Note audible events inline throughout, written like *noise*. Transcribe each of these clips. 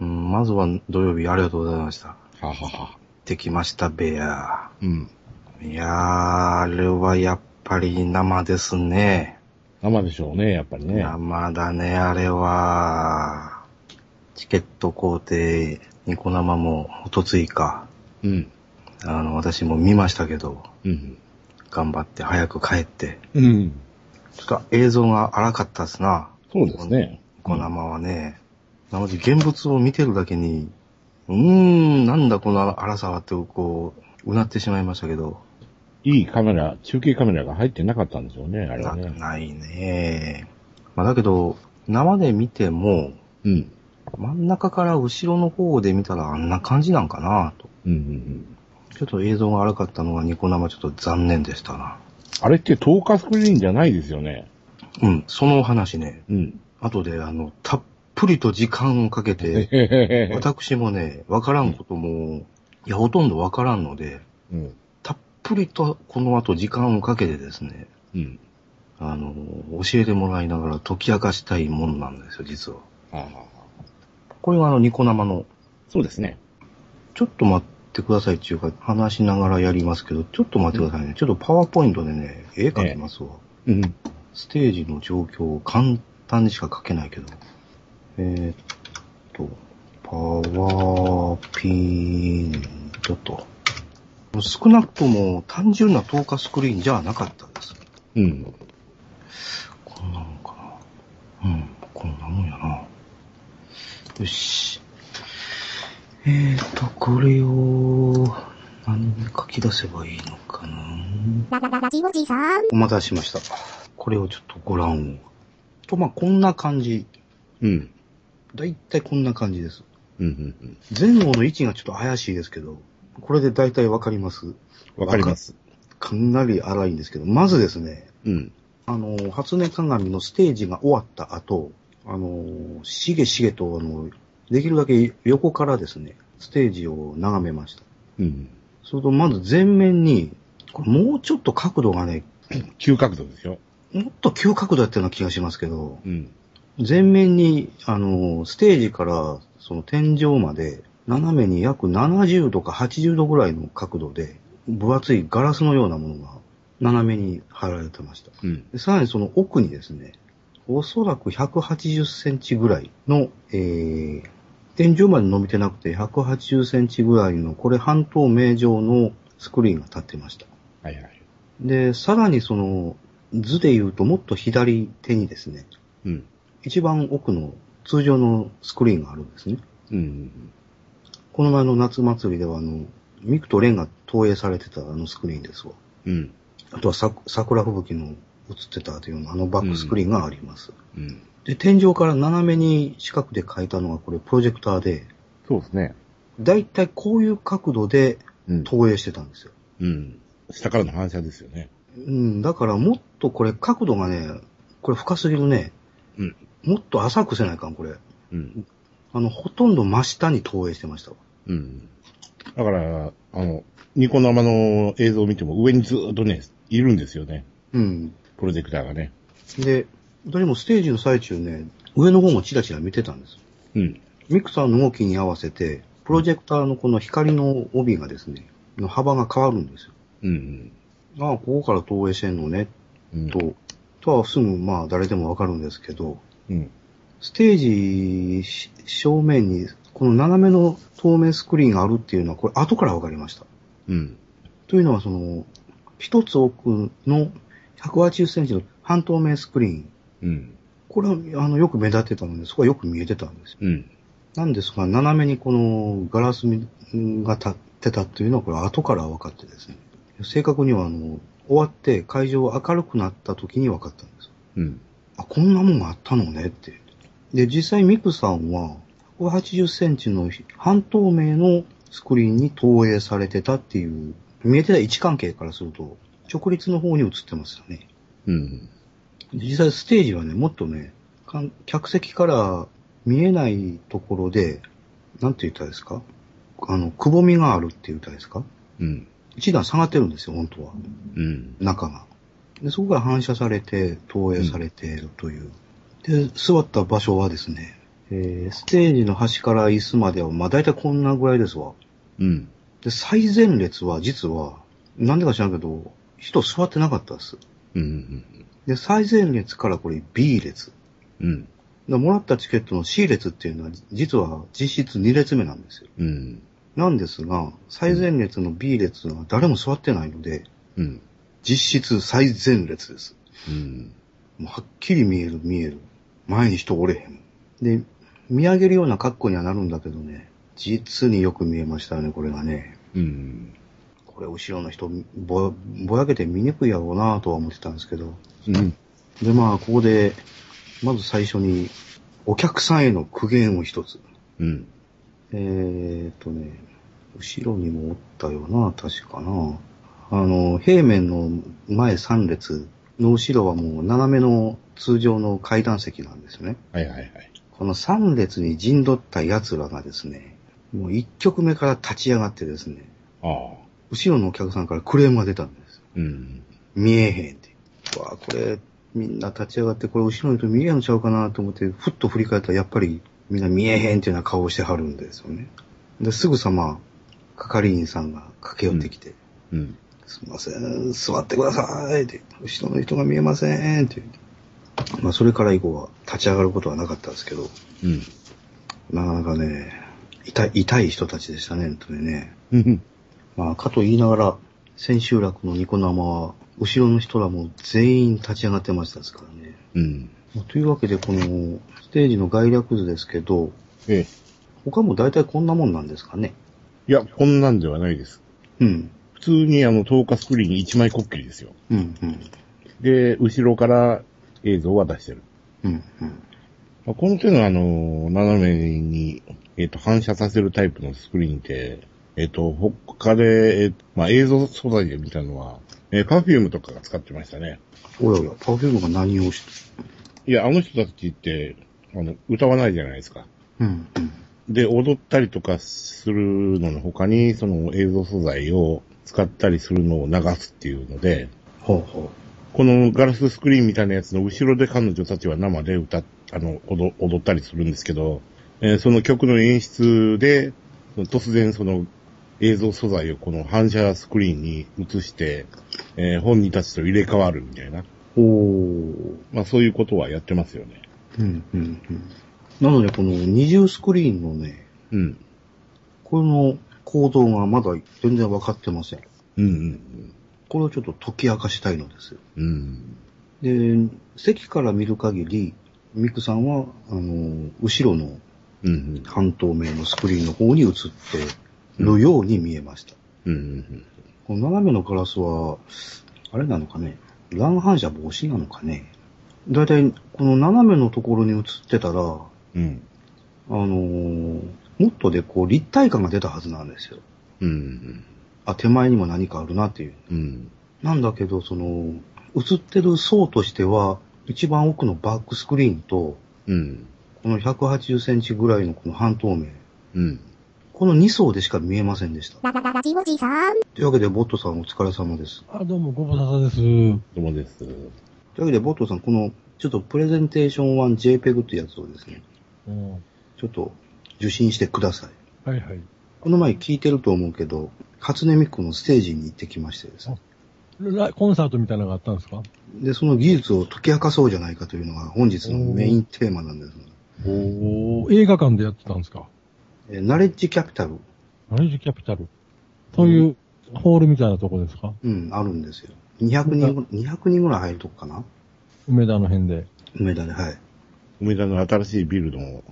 まずは土曜日ありがとうございました。ははは。できました、ベア。うん。いやー、あれはやっぱり生ですね。生でしょうね、やっぱりね。生だね、あれは。チケット工程、ニコ生も、おとついか。うん。あの、私も見ましたけど、うん。頑張って早く帰って。うん。ちょっと映像が荒かったっすな。そうですね。ニコ生はね。なので、現物を見てるだけに、うーん、なんだこの荒さはって、こう、うなってしまいましたけど。いいカメラ、中継カメラが入ってなかったんでしょうね、あれなはね。ないね。まあ、だけど、生で見ても、うん。真ん中から後ろの方で見たらあんな感じなんかなと。うんうんうん。ちょっと映像が荒かったのがニコ生ちょっと残念でしたな。あれって透過スクリーンじゃないですよね。うん、そのお話ね、うん。後であの、たっぷりと時間をかけ *laughs* て、私もね、わからんことも、いや、ほとんどわからんので、うん。たっぷりとこの後時間をかけてですね、うん。あの、教えてもらいながら解き明かしたいもんなんですよ、実は。はあはあはあこれがあの、ニコ生のそうですね。ちょっと待ってくださいっていうか、話しながらやりますけど、ちょっと待ってくださいね。ちょっとパワーポイントでね、絵描きますわ。うん。ステージの状況を簡単にしか描けないけど。えーっと、パワーピントと。少なくとも単純な透過スクリーンじゃなかったです。うん。こんなもんかな。うん、こんなもんやな。よし。えーと、これを、何に書き出せばいいのかな。ララララジオジさん。お待たせしました。これをちょっとご覧を。と、まあ、こんな感じ。うん。だいたいこんな感じです。うん。うん。前後の位置がちょっと怪しいですけど、これでだいたいわかります。わかります。かなり荒いんですけど、まずですね、うん。あの、初音鏡のステージが終わった後、あの、しげしげと、あの、できるだけ横からですね、ステージを眺めました。うん。それと、まず前面に、これもうちょっと角度がね、急角度ですよ。もっと急角度だったような気がしますけど、うん。前面に、あの、ステージから、その天井まで、斜めに約70度か80度ぐらいの角度で、分厚いガラスのようなものが、斜めに貼られてました。うん。でさらにその奥にですね、おそらく180センチぐらいの、えー、天井まで伸びてなくて180センチぐらいの、これ半透明状のスクリーンが立ってました。はいはい。で、さらにその図で言うともっと左手にですね、うん。一番奥の通常のスクリーンがあるんですね。うん。この前の夏祭りではあの、ミクとレンが投影されてたあのスクリーンですわ。うん。あとはさ桜吹雪の映ってたというあのバックスクリーンがあります。うん。で、天井から斜めに四角で描いたのがこれプロジェクターで、そうですね。だいたいこういう角度でうん。投影してたんですよ。うん。下からの反射ですよね。うん、だからもっとこれ角度がね、これ深すぎるね。うん。もっと浅くせないかん、これ。うん。あの、ほとんど真下に投影してましたわ。うん。だから、あの、ニコ生の映像を見ても上にずーっとね、いるんですよね。うん。プロジェクターがね。で、誰もステージの最中ね、上の方もチラチラ見てたんです。うん。ミクさんの動きに合わせて、プロジェクターのこの光の帯がですね、の幅が変わるんですよ。うん。ああ、ここから投影してんのねうん。と、とはすぐまあ誰でもわかるんですけど、うん。ステージし正面にこの斜めの透明スクリーンがあるっていうのはこれ後からわかりました。うん。というのはその、一つ奥の180センチの半透明スクリーン。うん。これはあのよく目立ってたので、そこはよく見えてたんですよ。うん。なんですが、斜めにこのガラスが立ってたっていうのはこれ後から分かってですね。正確にはあの、終わって会場が明るくなった時に分かったんです。うん。あ、こんなもんがあったのねって。で、実際ミクさんは、180センチの半透明のスクリーンに投影されてたっていう、見えてた位置関係からすると、直立の方に映ってますよね。うん。実際ステージはね、もっとね、かん客席から見えないところで、なんて言ったらいいですかあの、くぼみがあるって言ったらいいですかうん。一段下がってるんですよ、本当は。うん。中が。で、そこから反射されて、投影されているという。で、座った場所はですね、ええーステージの端から椅子までは、まあ大体こんなぐらいですわ。うん。で、最前列は実は、なんでか知らんけど、人座ってなかったです。うん。で、最前列からこれ B 列。うん。でもらったチケットの C 列っていうのは、実は実質2列目なんですよ。うん。なんですが、最前列の B 列は誰も座ってないので、うん。実質最前列です。うん。もうはっきり見える見える。前に人おれへん。で、見上げるような格好にはなるんだけどね、実によく見えましたね、これがね。うん。これ後ろの人ぼ、ぼやけて見にくいやろうなとは思ってたんですけど。うん。で、まあ、ここで、まず最初に、お客さんへの苦言を一つ。うん。えーっとね、後ろにもおったよな、確かな。あの、平面の前3列の後ろはもう斜めの通常の階段席なんですよね。はいはいはい。この3列に陣取った奴らがですね、もう1曲目から立ち上がってですね、ああ。後ろのお客さんからクレームが出たんです。うん。見えへんって。うわあこれ、みんな立ち上がって、これ後ろの人見えへんのちゃうかなと思って、ふっと振り返ったら、やっぱりみんな見えへんっていうような顔をしてはるんですよね。で、すぐさま、係員さんが駆け寄ってきて、うん。すいません、座ってくださいって、後ろの人が見えませんって言って。まあ、それから以降は立ち上がることはなかったですけど、うん。なかなかね、痛い、痛い人たちでしたね、本当にね。うん。まあ、かと言いながら、千秋楽のニコ生は、後ろの人らも全員立ち上がってましたですからね。うん。まあというわけで、この、ステージの概略図ですけど、ええ。他も大体こんなもんなんですかね。いや、こんなんではないです。うん。普通にあの、透過スクリーンに一枚こっきりですよ。うん、うん。で、後ろから映像は出してる。うん、まあ、この手のあの、斜めに、えっ、と、反射させるタイプのスクリーンって、えっ、と、他で、えーまあ、映像素材で見たのは、えー、パフュームとかが使ってましたね。うん。おやおや、パフュームが何をして、いや、あの人たちって、あの、歌わないじゃないですか。うん、うん。で、踊ったりとかするのの他に、その映像素材を使ったりするのを流すっていうので、ほうほこのガラススクリーンみたいなやつの後ろで彼女たちは生で歌っ、あの、踊踊ったりするんですけど、えーその曲の演出で、その突然その映像素材をこの反射スクリーンに移して、えー本人たちと入れ替わるみたいな、う。おー。まあそういうことはやってますよね。うん、うん、うん。なので、この二重スクリーンのね、うん。この行動がまだ全然わかってません。うんうんこれをちょっと解き明かしたいのですよ。うん。うん。で、席から見る限り、ミクさんは、あの、後ろのうんうん。半透明のスクリーンの方に映ってるように見えました。うんうんこの斜めのガラスは、あれなのかね、乱反射防止なのかね。だいたい、この斜めのところに映ってたら、あのうん。うん。ーもっとでこう立体感が出たはずなんですよ。うんあ、手前にも何かあるなっていう。うん。うん。なんだけど、その、映ってる層としては、一番奥のバックスクリーンと、うん。この180センチぐらいのこの半透明、うん。この2層でしか見えませんでした。ララララジオジさん。というわけで、ボットさんお疲れ様です。あ、どうも、ご無沙汰です。どうもです。というわけで、ボットさん、この、ちょっとプレゼンテーション 1JPEG ってやつをですね、うん。ちょっと受信してください。はいはい。この前聞いてると思うけど、初音ミクのステージに行ってきましてですね。ラコンサートみたいなのがあったんですかで、その技術を解き明かそうじゃないかというのが本日のメインテーマなんです。お映画館でやってたんですかえーナレッジキャピタル、マネージキャピタル。そういうホールみたいなとこですかうん、あるんですよ。200人ぐ、200人ぐらい入るとこかな梅田の辺で。梅田で、はい。梅田の新しいビルの、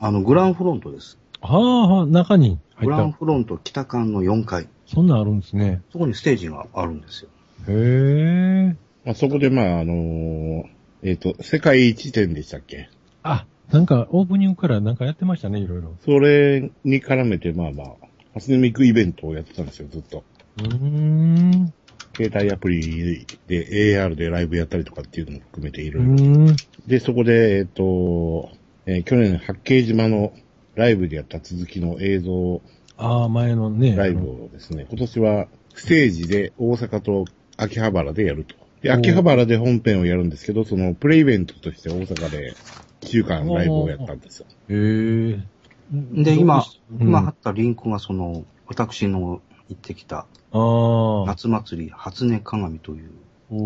あの、グランフロントです。はあはあ、中に入グっランた。フロント北館の4階。そんなんあるんですね。そこにステージがあるんですよ。へえ。まあ、そこでまあ、あのーえっ、と、世界一展でしたっけあ、なんかオープニングからなんかやってましたね、いろいろ。それに絡めてまあまあ、初音ミクイベントをやってたんですよ、ずっと。うーん。携帯アプリで AR でライブやったりとかっていうのも含めていうろいろ。ーん。で、そこで、えっ、と、えー去年の八景島のライブでやった続きの映像ああ、前のね。ライブをですね、今年はステージで大阪と秋葉原でやると。で、おー秋葉原で本編をやるんですけど、そのプレイベントとして大阪で週間ライブをやったんですよ。ええで、今、今貼あったリンクがその、私の行ってきた、あー。お夏祭り初音鏡という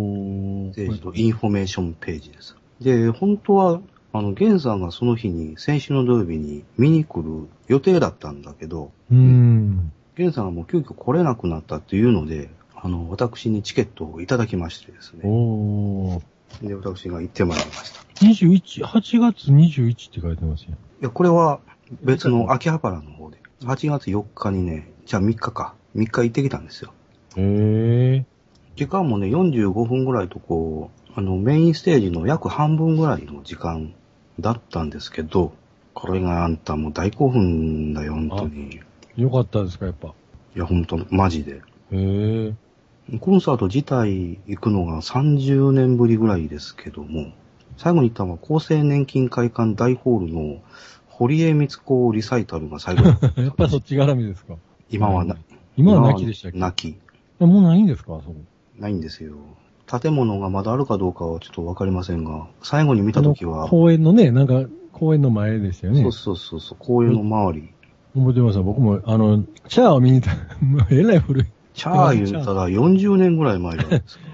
ーページとインフォメーションページです。で、本当は、あの、ゲンさんがその日に、先週の土曜日に見に来る予定だったんだけど、うん。ゲンさんがもう急遽来れなくなったっていうので、あの、私にチケットをいただきましてですね。おー。で、私が行ってまいりました。い21、8月21って書いてますよ。や、これは別の秋葉原の方で、8月4日にね、じゃあ3日か、3日行ってきたんですよ。ええ時間もね、45分ぐらいとこう、あの、メインステージの約半分ぐらいの時間だったんですけど、これがあんたもう大興奮だよ、本当に。いよかったですか、やっぱ。や、本当マジで。ええコンサート自体行くのが30年ぶりぐらいですけども、最後に行ったのは厚生年金会館大ホールの堀江光子リサイタルが最後だったんですよ *laughs* やっぱそっち絡みですか。今はな、今は泣きでしたっけ今は泣き。もうないんですかそこ。ないんですよ。建物がまだあるかどうかはちょっとわかりませんが、最後に見たときは、公園のね、なんか、公園の前でしたよねそう。そうそうそう、公園の周り。覚えてますよ僕も、あの、シャアを見に行った。 *laughs* もうえらい古い。チャー言ったら40年ぐらい前じゃないです *laughs* か。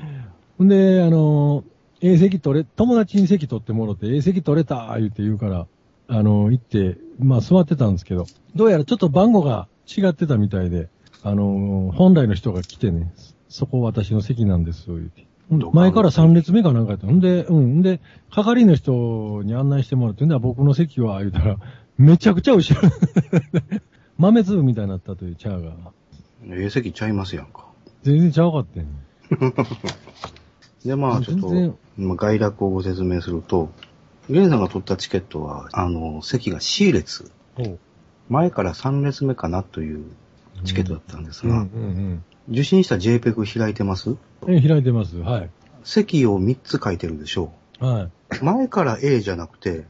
ほんで、あの、ええ席取れ、友達に席取ってもろて、ええ席取れた言って言うから、あの、行って、まあ座ってたんですけど、どうやらちょっと番号が違ってたみたいで、あの、本来の人が来てね、そこ私の席なんです、言って。ほんでどうか前から3列目かなんかやった。ほんで、うん。んで、係の人に案内してもらって、んで、僕の席は、言うたら、めちゃくちゃ後ろ。 *laughs* 豆粒みたいになったというチャーが。ええ席ちゃいますやんか。全然ちゃうかったんやで、まあ、ちょっと全然、まあ概略をご説明すると、ゲンさんが取ったチケットは、あの、席が C 列、前から3列目かなというチケットだったんですうんうが、ん受信した JPEG 開いてますうん。え、開いてます。はい。席を3つ書いてるでしょはい。う。前から A じゃなくて、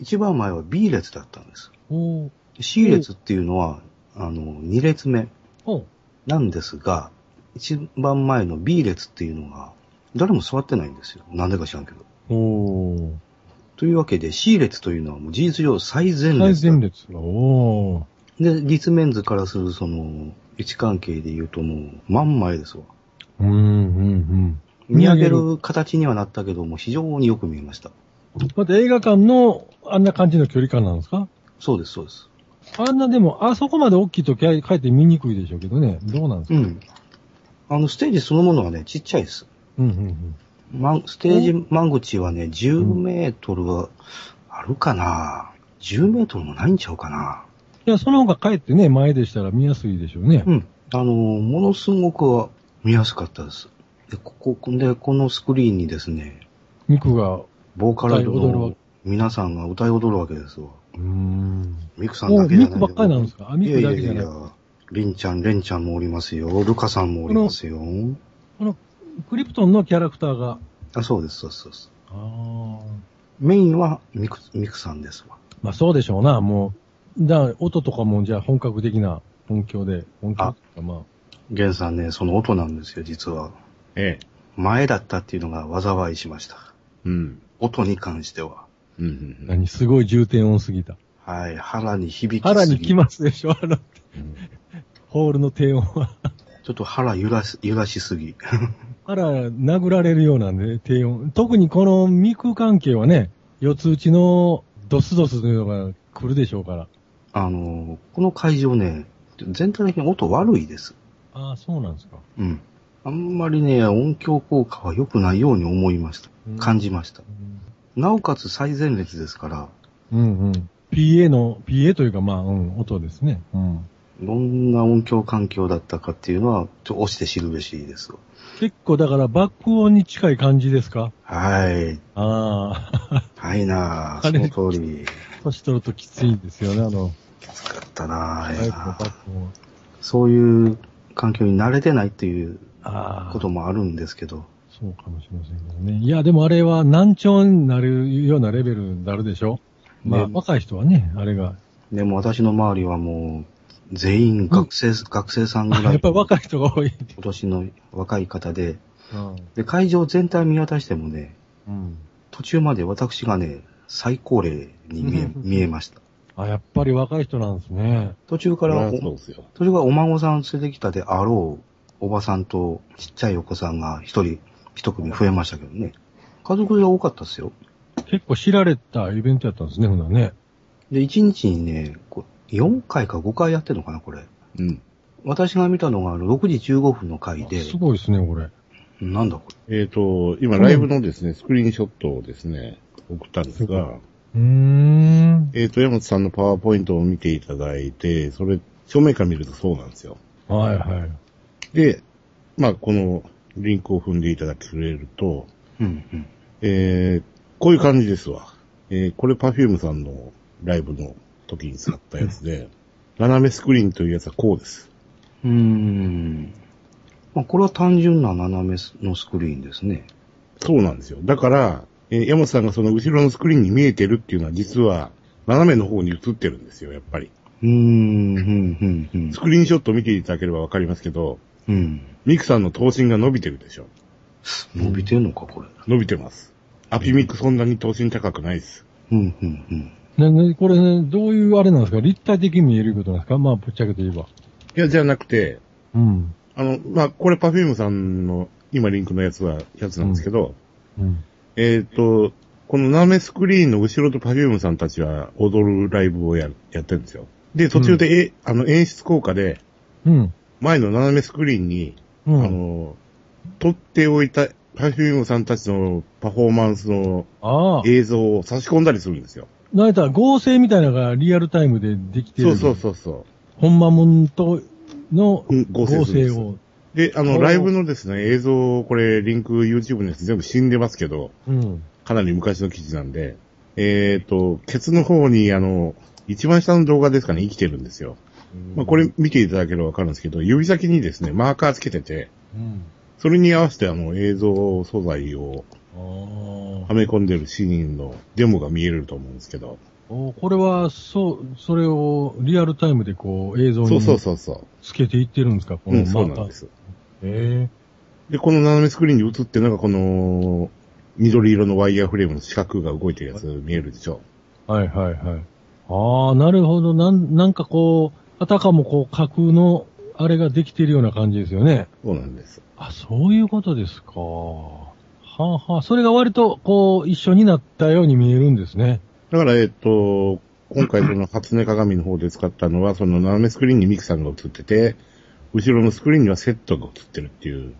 一番前は B 列だったんです。おー C 列っていうのは、あの、2列目おうなんですが、一番前の B 列っていうのが、誰も座ってないんですよ。なんでか知らんけど。おーというわけで C 列というのはもう事実上最前最列だ。前列。おーで、立面図からするその、位置関係で言うともう、真ん前ですわ。うんうん見見上上げげるる形にはなったけども、非常によく見えました。うん。また映画館のあんな感じの距離感なんですかそうです、そうです。あんなでも、あそこまで大きいときは帰って見にくいでしょうけどね。どうなんですうかん。あの、ステージそのものはね、ちっちゃいです。うんうんうん。まんステージ間口はね、10メートルはあるかな、?10 メートルもないんちゃうかないや、その方が帰ってね、前でしたら見やすいでしょうね。うん。あの、ものすごく見やすかったです。で、ここ、で、このスクリーンにですね、肉が。ボーカロイド歌い踊るわの皆さんが歌い踊るわけですわ。うーん。ミクさんおだけじゃない肉ばっかりなんですかあ、肉だけいじやゃいなやいい。や、リンちゃん、レンちゃんもおりますよ。ルカさんもおりますよ。クリプトンのキャラクターが。あ、そうです、そうですそうです。ああ。メインはミク、ミクさんですわ。まあそうでしょうな、もう。だ音とかもじゃあ本格的な音響で、音響っていうかまゲンさんね、その音なんですよ、実は。ええ。前だったっていうのが災いしました。うん。音に関しては。うんうあ、ん何、すごい重点音すぎた。はい、腹に響きすぎ腹にきますでしょ、あの、うん。ホールの低音は。ちょっと腹揺らし、揺らしすぎ。 *laughs* 腹、殴られるようなんで、低音。特にこのミク関係はね、四つ打ちのドスドスというのが来るでしょうから。あの、この会場ね、全体的に音悪いです。ああ、そうなんですか。うん。あんまりね、音響効果は良くないように思いました。感じました。なおかつ最前列ですから、うんうん。PA の、PA というかまあ、うん、音ですね。うん。どんな音響環境だったかっていうのは、ちょっと押して知るべしです。結構だから爆音に近い感じですかはい。ああ。はいなああそれの通り。年取るときついんですよね、あの、使ったなあライええブのなバあッグも。そういう環境に慣れてないっていうああこ、ともあるんですけど、そうかもしれませんけどね。いや、でもあれは難聴になるようなレベルになるでしょまあ、ね若い人はね、あれが。でも私の周りはもう、全員学生、学生さんぐらい。やっぱり若い人が多い。今年の若い方で、うん。で、会場全体見渡してもね、うん。途中まで私がね、最高齢に見え見えました。あ、やっぱり若い人なんですね。途中かそら、らおそうですよ。途中からお孫さんを連れてきたであろうおばさんとちっちゃいお子さんが一人、一組増えましたけどね。家族が多かったですよ。結構知られたイベントやったんですね、ほんならね。で、一日にね、こう4回か5回やってるのかな、これ。うん。私が見たのがあの6時15分の回で、すごいですね、これ。なんだこれ。えっ、と、今ライブのですね、スクリーンショットをですね、送ったんですが、うーん。えっ、と、山本さんのパワーポイントを見ていただいて、それ、正面から見るとそうなんですよ。はいはい。で、まあ、このリンクを踏んでいただけると、うんうん。えー、こういう感じですわ。えー、これパフュームさんのライブの時に使ったやつで、 *laughs* 斜めスクリーンというやつはこうです。うーん。まあ、これは単純な斜めのスクリーンですね。そうなんですよ。だから、えー、山本さんがその後ろのスクリーンに見えてるっていうのは実は、斜めの方に映ってるんですよ、やっぱり。うーん、うん、うん、うんスクリーンショット見ていただければわかりますけど、うん。ミクさんの頭身が伸びてるでしょ。伸びてんのか、これ。伸びてます。アピミクそんなに頭身高くないです。うん、うん、うん。ね、ね、これね、どういうあれなんですか立体的に見えることなんですかまあ、ぶっちゃけて言えば。いや、じゃなくて、うん。あの、まあ、これパフュームさんの今リンクのやつは、やつなんですけど、うん。えっ、と、このナメスクリーンの後ろとパフュームさんたちは踊るライブをややってるんですよ。で、途中で、えあの演出効果で、うん。前の斜めスクリーンに、うあん。の、撮っておいたパフュームさんたちのパフォーマンスのああ。映像を差し込んだりするんですよ。なんやったら合成みたいなのがリアルタイムでできてそる。うそうそうそ本間もんとのう。うん合合成するんで成すを。で、あおの、ーライブのですね、映像、これ、リンク YouTube のやつ全部死んでますけど、うん。かなり昔の記事なんで、えっ、と、ケツの方に、あの、一番下の動画ですかね、生きてるんですよ。まあ、これ見ていただければわかるんですけど、指先にですね、マーカーつけてて、うん。それに合わせてあの映像素材をあはめ込んでるシーンのデモが見えると思うんですけど、あ。おこれは、そう、それをリアルタイムでこう映像そにうそうそうそつけていってるんですかう、うん、そこのうまなんたで。す。えで、この斜めスクリーンに映ってるのがこの緑色のワイヤーフレームの四角が動いてるやつ見えるでしょ。えはいはいはい。ああ、なるほど。なん、なんかこう、あたかもこう架空のあれができているような感じですよね。そうなんです。あ、そういうことですか。はあ、はあ、それが割と、こう、一緒になったように見えるんですね。だから、えっと、今回その初音鏡の方で使ったのは、その斜めスクリーンにミクさんが映ってて、後ろのスクリーンにはセットが映ってるっていう、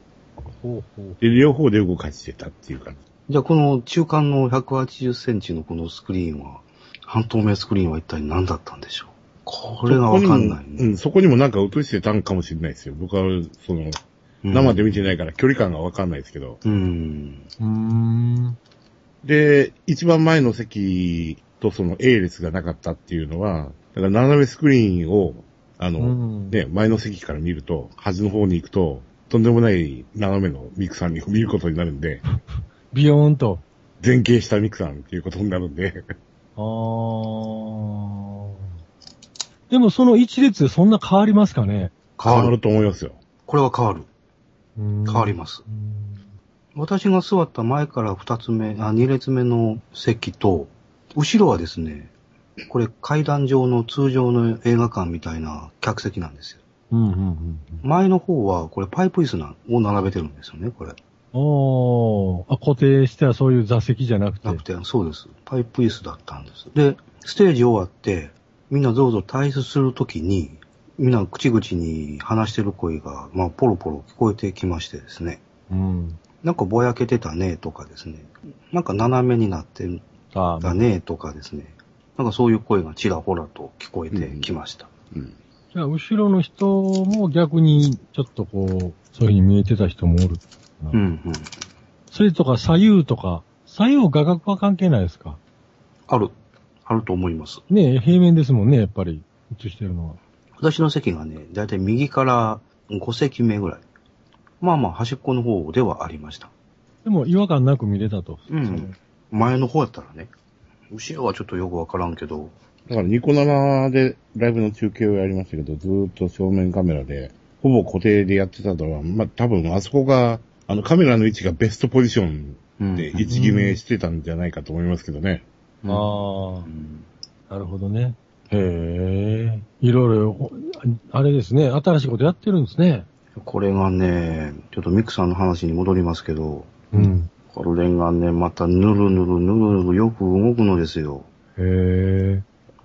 ほうほう。で、両方で動かしてたっていう感じ。じゃあ、この中間の180センチのこのスクリーンは、半透明スクリーンは一体何だったんでしょうこれがわかんないそこにもうね。ん、そこにもなんか映してたんかもしれないですよ。僕は、その、生で見てないから距離感がわかんないですけど。うん。うーん。で、一番前の席とその A 列がなかったっていうのは、だから斜めスクリーンを、あの、うんね、前の席から見ると、端の方に行くと、とんでもない斜めのミクさんに見ることになるんで、ビヨーンと。前傾したミクさんっていうことになるんで、あー。でもその一列でそんな変わりますかね変変わわる。ると思いますよ。これは変わる。変変わります。うん私が座った前から二つ目、あ、二列目の席と、後ろはですね、これ階段上の通常の映画館みたいな客席なんですよ。うんうんうんうん。前の方はこれパイプ椅子なを並べてるんですよね、これ。おー。あ、固定したそういう座席じゃなくて。なくて、そうです。パイプ椅子だったんです。で、ステージ終わって、みんなどうぞ退出するときに、みんな口々に話してる声が、まあ、ポロポロ聞こえてきましてですね。うん。なんかぼやけてたねとかですね。なんか斜めになってるあだーねとかですね。なんかそういう声がちらほらと聞こえてきました。うん。じゃあ、後ろの人も逆に、ちょっとこう、そういう風に見えてた人もおる。ううんんうん。それとか、左右とか、左右画角は関係ないですかある。あると思います。ねえ平面ですもんね、やっぱり、映してるのは。私の席がね、だいたい右から5席目ぐらい。まあまあ端っこの方ではありました。でも、違和感なく見れたと。うん。前の方やったらね。後ろはちょっとよくわからんけど。だからニコ生でライブの中継をやりましたけど、ずーっと正面カメラで、ほぼ固定でやってたのは、まあ、多分あそこが、あのカメラの位置がベストポジションうんで位置決めしてたんじゃないかと思いますけどね。うんあうんあ、なるほどね。へえ。いろいろ、おあれですね、新しいことやってるんですね。これがね、ちょっとミクさんの話に戻りますけど、うん。これがね、またぬるぬるぬるぬるよく動くのですよ。へえ。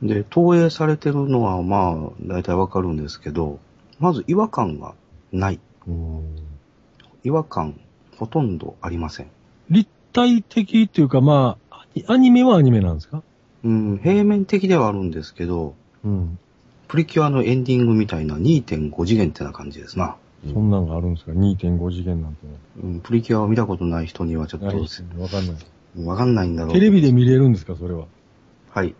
で、投影されてるのはまあ、だいたいわかるんですけど、まず違和感がない。うん違和感、ほとんどありません。立体的っていうか、まあ、アニアニメはアニメなんですかうん、平面的ではあるんですけど、うん。プリキュアのエンディングみたいな2.5次元ってな感じですな。そんなんがあるんですか ?2.5 次元なんて。うん、プリキュアを見たことない人にはちょっないですとねわかんない。わかんないんだろう。テレビで見れるんですかそれは。はい。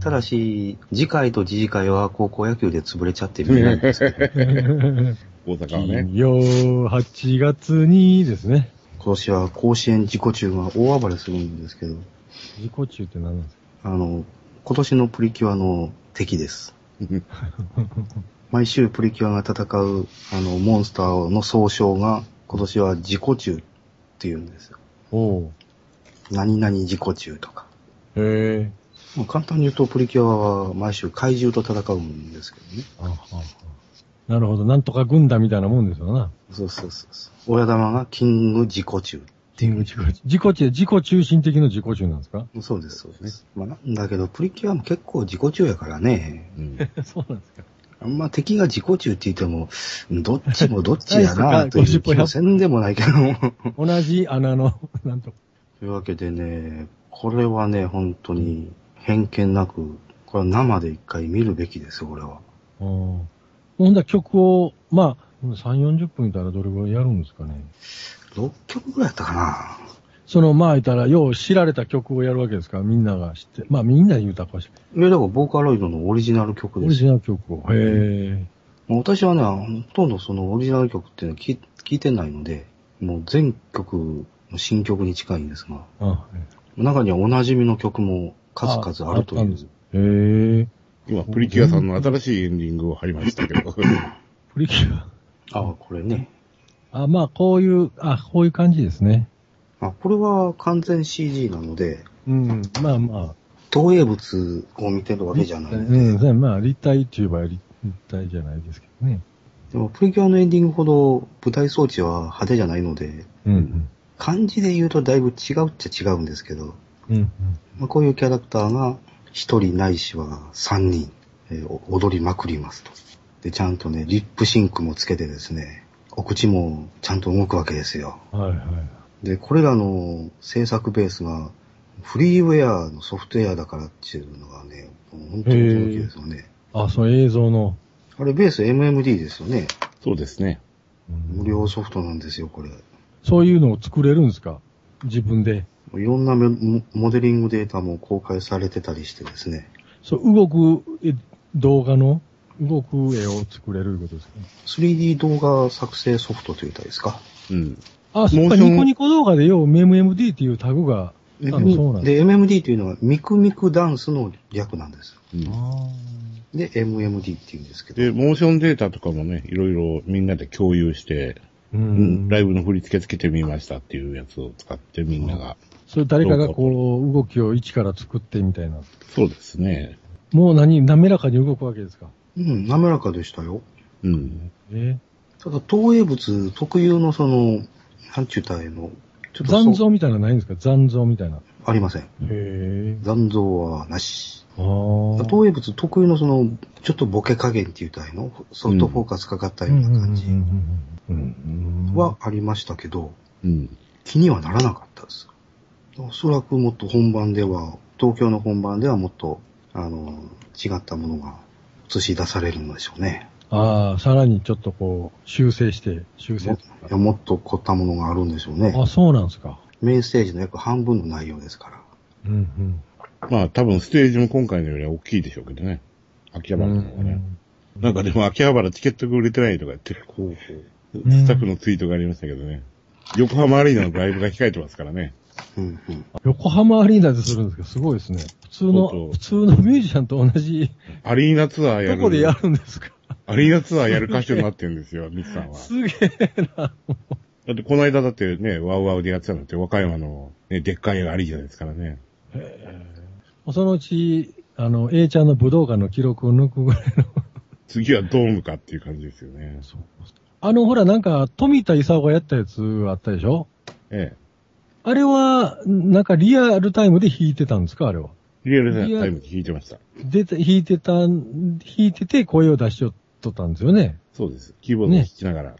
ただし、次回と次次回は高校野球で潰れちゃって見えないんですけ *laughs* ど、大阪はね。金曜8月にですね。今年は甲子園自己中が大暴れするんですけど、自己中って何なんですかあの、今年のプリキュアの敵 *laughs* です。毎週プリキュアが戦う、あの、モンスターの総称が、今年は自己中っていうんですよ。おう。何々自己中とか。へえ。まあ簡単に言うと、プリキュアは毎週怪獣と戦うんですけどね。あははなるほど。なんとか軍団みたいなもんですよな。そうそうそうそう。親玉がキング自己中。自己中。自己中、自己中心的の自己中なんですかそうです、そうです。まあ、なんだけど、プリキュアも結構自己中やからね。うん。 *laughs* *laughs* そうなんですか。あんま敵が自己中って言っても、どっちもどっちや *laughs* な、とい50う気歩もせんでもないけども。 *laughs* 同じ穴の、 *laughs* なんとか。というわけでね、これはね、本当に偏見なく、これは生で一回見るべきですよ、これは。うんほんだら曲を、まあ、3、40分いたらどれぐらいやるんですかね。 6曲ぐらいやったかなその、まあ、いたら、よう知られた曲をやるわけですから、みんなが知って、まあ、みんな言うたかもしれない。いや、だからボーカロイドのオリジナル曲オでリすジよ。ナル曲を。へもう私はね、ほとんどそのオリジナル曲っていうのは聞い聞いてないので、もう全曲の新曲に近いんですが、え。あ中にはおなじみの曲も数々あるとああったいんですう。へえ。今、プリキュアさんの新しいエンディングを貼りましたけど。プリキュア。ああ、これね。あ、まあ、こういう、あ、こういう感じですね。あ、これは完全 CG なので、うん。まあまあ。投影物を見てるわけじゃない。うん、そうまあ、立体って言えば立体じゃないですけどね。でも、プリキュアのエンディングほど舞台装置は派手じゃないので、うん。漢字で言うとだいぶ違うっちゃ違うんですけど、うん。まあ、こういうキャラクターが一人ないしは三人、えーお踊りまくりますと。で、ちゃんとね、リップシンクもつけてですね、お口もちゃんと動くわけですよ。はいはい。で、これらの制作ベースがフリーウェアのソフトウェアだからっていうのがね、もう本当に驚きですよね。あ、そう、映像の。あれベース MMD ですよね。 *laughs* そうですね。うん無料ソフトなんですよ、これ。そういうのを作れるんですか自分で。いろんなメモモデリングデータも公開されてたりしてですね。そう、動くえ動画の、動く絵を作れるいうことですか 3D 動画作成ソフトというたらですか。うん。あ、そうモか、ーションニコニコ動画でよう、MMD っていうタグが、あのそうなんだ。で、MMD というのは、ミクミクダンスの略なんです。うんあで、MMD っていうんですけど。で、モーションデータとかもね、いろいろみんなで共有して、ーううんん。ライブの振り付けつけてみましたっていうやつを使ってみんなが。それ誰かがこう、動きを一から作ってみたいな。そうですね。もう何、滑らかに動くわけですかうん、滑らかでしたよ。うん。えただ、投影物特有のその、なんちゅうたらええの、ちょっと残そう像みたいなのないんですか残像みたいな。ありません。へえ。残像はなし。ああ。投影物特有のその、ちょっとボケ加減っていうたらええの、ソフトフォーカスかかったような感じうんはありましたけど、うん。気にはならなかったです。おそらくもっと本番では、東京の本番ではもっと、あの、違ったものが映し出されるんでしょうね。ああ、さらにちょっとこう、修正して、修も正い。やもっと凝ったものがあるんでしょうね。あ、そうなんですか。メインステージの約半分の内容ですから。うんまあ多分ステージも今回のよりは大きいでしょうけどね。秋う葉原の方がね。なんかでも秋葉原チケットが売れてないとか言ってる、こう、んスタッフのツイートがありましたけどね。横浜アリーナのライブが控えてますからね。うんうん。横浜アリーナでするんですけど、すごいですね。普通そうその、う普通のミュージシャンと同じ、アリーナツアーやどる。こでやるんですかアリーナツアーやる歌手になってるんですよ、ミ *laughs* キさんは。すげえな。だってこの間だってね、ワウワウでやってたのって和歌山の、ね、でっかいアリーナですからね。へそのうち、あの、A ちゃんの武道館の記録を抜くぐらいの。次はドームかっていう感じですよね。あの、ほら、なんか、富田勲がやったやつあったでしょえあれは、なんかリアルタイムで弾いてたんですかあれは。え。リアルタイムで弾いてました。で、弾いてた、弾いてて声を出しよっとったんですよね。そうです。キーボードを弾きながら。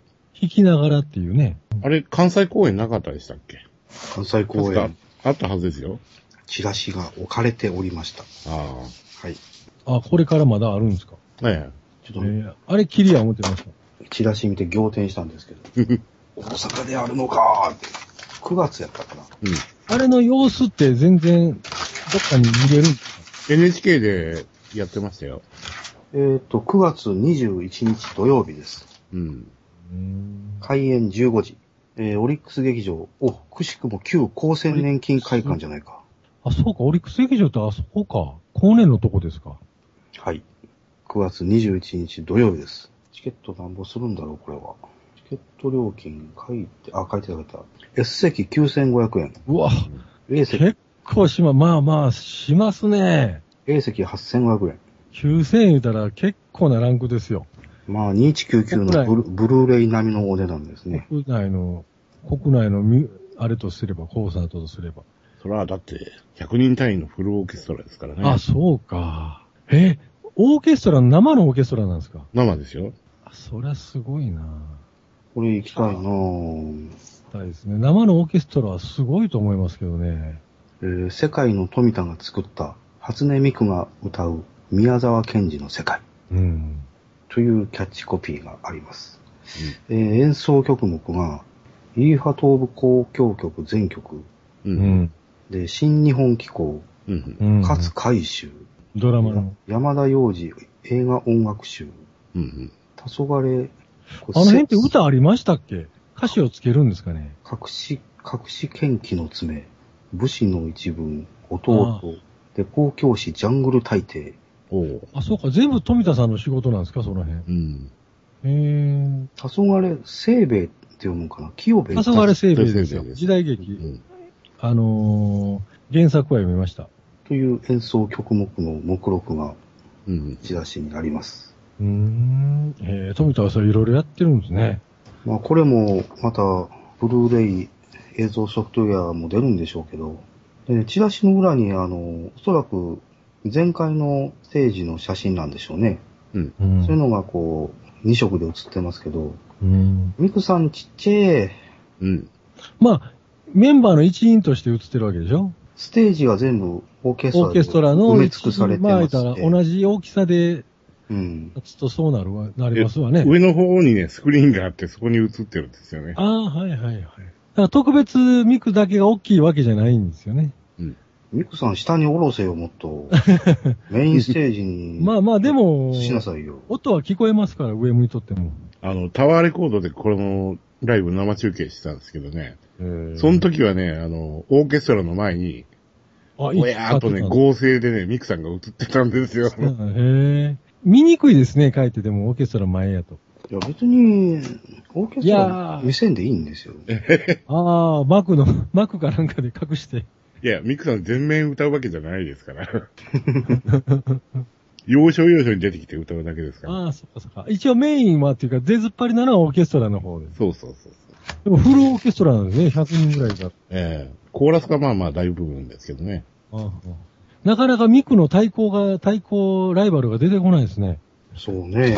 弾きながらっていうね。あれ、関西公演なかったでしたっけ関西公確か演、あったはずですよ。チラシが置かれておりました。あはい。あ、これからまだあるんですか、あ。ねちえょっとね、ーあれ、キリア思ってました。チラシ見て仰天したん *laughs* ですけど。大阪であるのかーって。9月やったかな。え。うん。あれの様子って全然、どっかに見れるんですか NHK でやってましたよ。えっ、と、9月21日土曜日です。うん。開演15時。えー、オリックス劇場。お、くしくも旧厚生年金会館じゃないか。あ、そうか、オリックス劇場ってあそこか。後年のとこですか。はい。9月21日土曜日です。チケットなんぼするんだろう、これは。チケット料金書いて、あ、書いてた書いてた。S 席9500円。うわ、 A 席、結構しま、まあまあ、しますね。 A 席8500円。 9000円言うたら結構なランクですよ。まあ、2199のブルブルーレイ並みのお値段ですね。国内の、国内のミュあれとすれば、コンサートとすれば。それはだって、100人単位のフルオーケストラですからね。あ、そうか。え、オーケストラ、生のオーケストラなんですか生ですよ。あそりゃすごいなこれ行きたいなぁ。たいですね。生のオーケストラはすごいと思いますけどね。えー世界の富田が作った初音ミクが歌う宮沢賢治の世界うん。というキャッチコピーがあります。えー演奏曲目がイーファ東部交響曲全曲う。うんん。で新日本機構うん。うん。勝海舟、ドラマの。山田洋次映画音楽集うん。うん。黄昏あの辺ってせ歌ありましたっけ歌詞をつけるんですかね隠し隠し剣気の爪武士の一文弟で公教師ジャングル大帝おう。あ、そうか。全部富田さんの仕事なんですかその辺。へうん。え。黄昏清兵衛って読むのかな清兵衛黄昏清兵衛清です兵衛よで。す時代う劇。ん。あのー、原作は読みました。という演奏曲目の目録がうん。チラシにあります。うーん。えー、富田はそれいろいろやってるんですね。まあこれもまたブルーレイ映像ソフトウェアも出るんでしょうけど、でチラシの裏にあの、おそらく前回のステージの写真なんでしょうね。うん。そういうのがこう2色で写ってますけど、うん。ミクさんちっちゃいうん。まあ、メンバーの一員として映ってるわけでしょステージが全部オーケストオラーでケストラの埋め尽くされてままあ、すたらって同じ大きさでうん。立つとそうなるわ、なりますわね。上の方にね、スクリーンがあって、そこに映ってるんですよね。ああ、はいはいはい。だから特別ミクだけが大きいわけじゃないんですよね。ミクさん下に下ろせよ、もっ *laughs* と。メインステージに。まあまあ、でも、しなさいよ。音は聞こえますから、上向いとっても。あの、タワーレコードでこのライブ生中継してたんですけどね。そのん時はね、あの、オーケストラの前に、あ、いいおやーっとね、合成でね、ミクさんが映ってたんですよ。へえ。見にくいですね、書いてても、オーケストラ前やと。いや、別に、オーケスいトやラー見せんでいいんですよ。ああ、マクの、 *laughs* マクかなんかで隠して。いや、ミクさん全面歌うわけじゃないです *laughs* から。要所要所に出てきて歌うだけですから。ああ、そっかそっか。一応メインはっていうか、出ずっぱりなのはオーケストラの方です。そうそうそうそう。でもフルオーケストラなんですね、100人ぐらいが。ええコーラスがまあまあ大部分ですけどね。なかなかミクの対抗が、対抗ライバルが出てこないですね。そうね。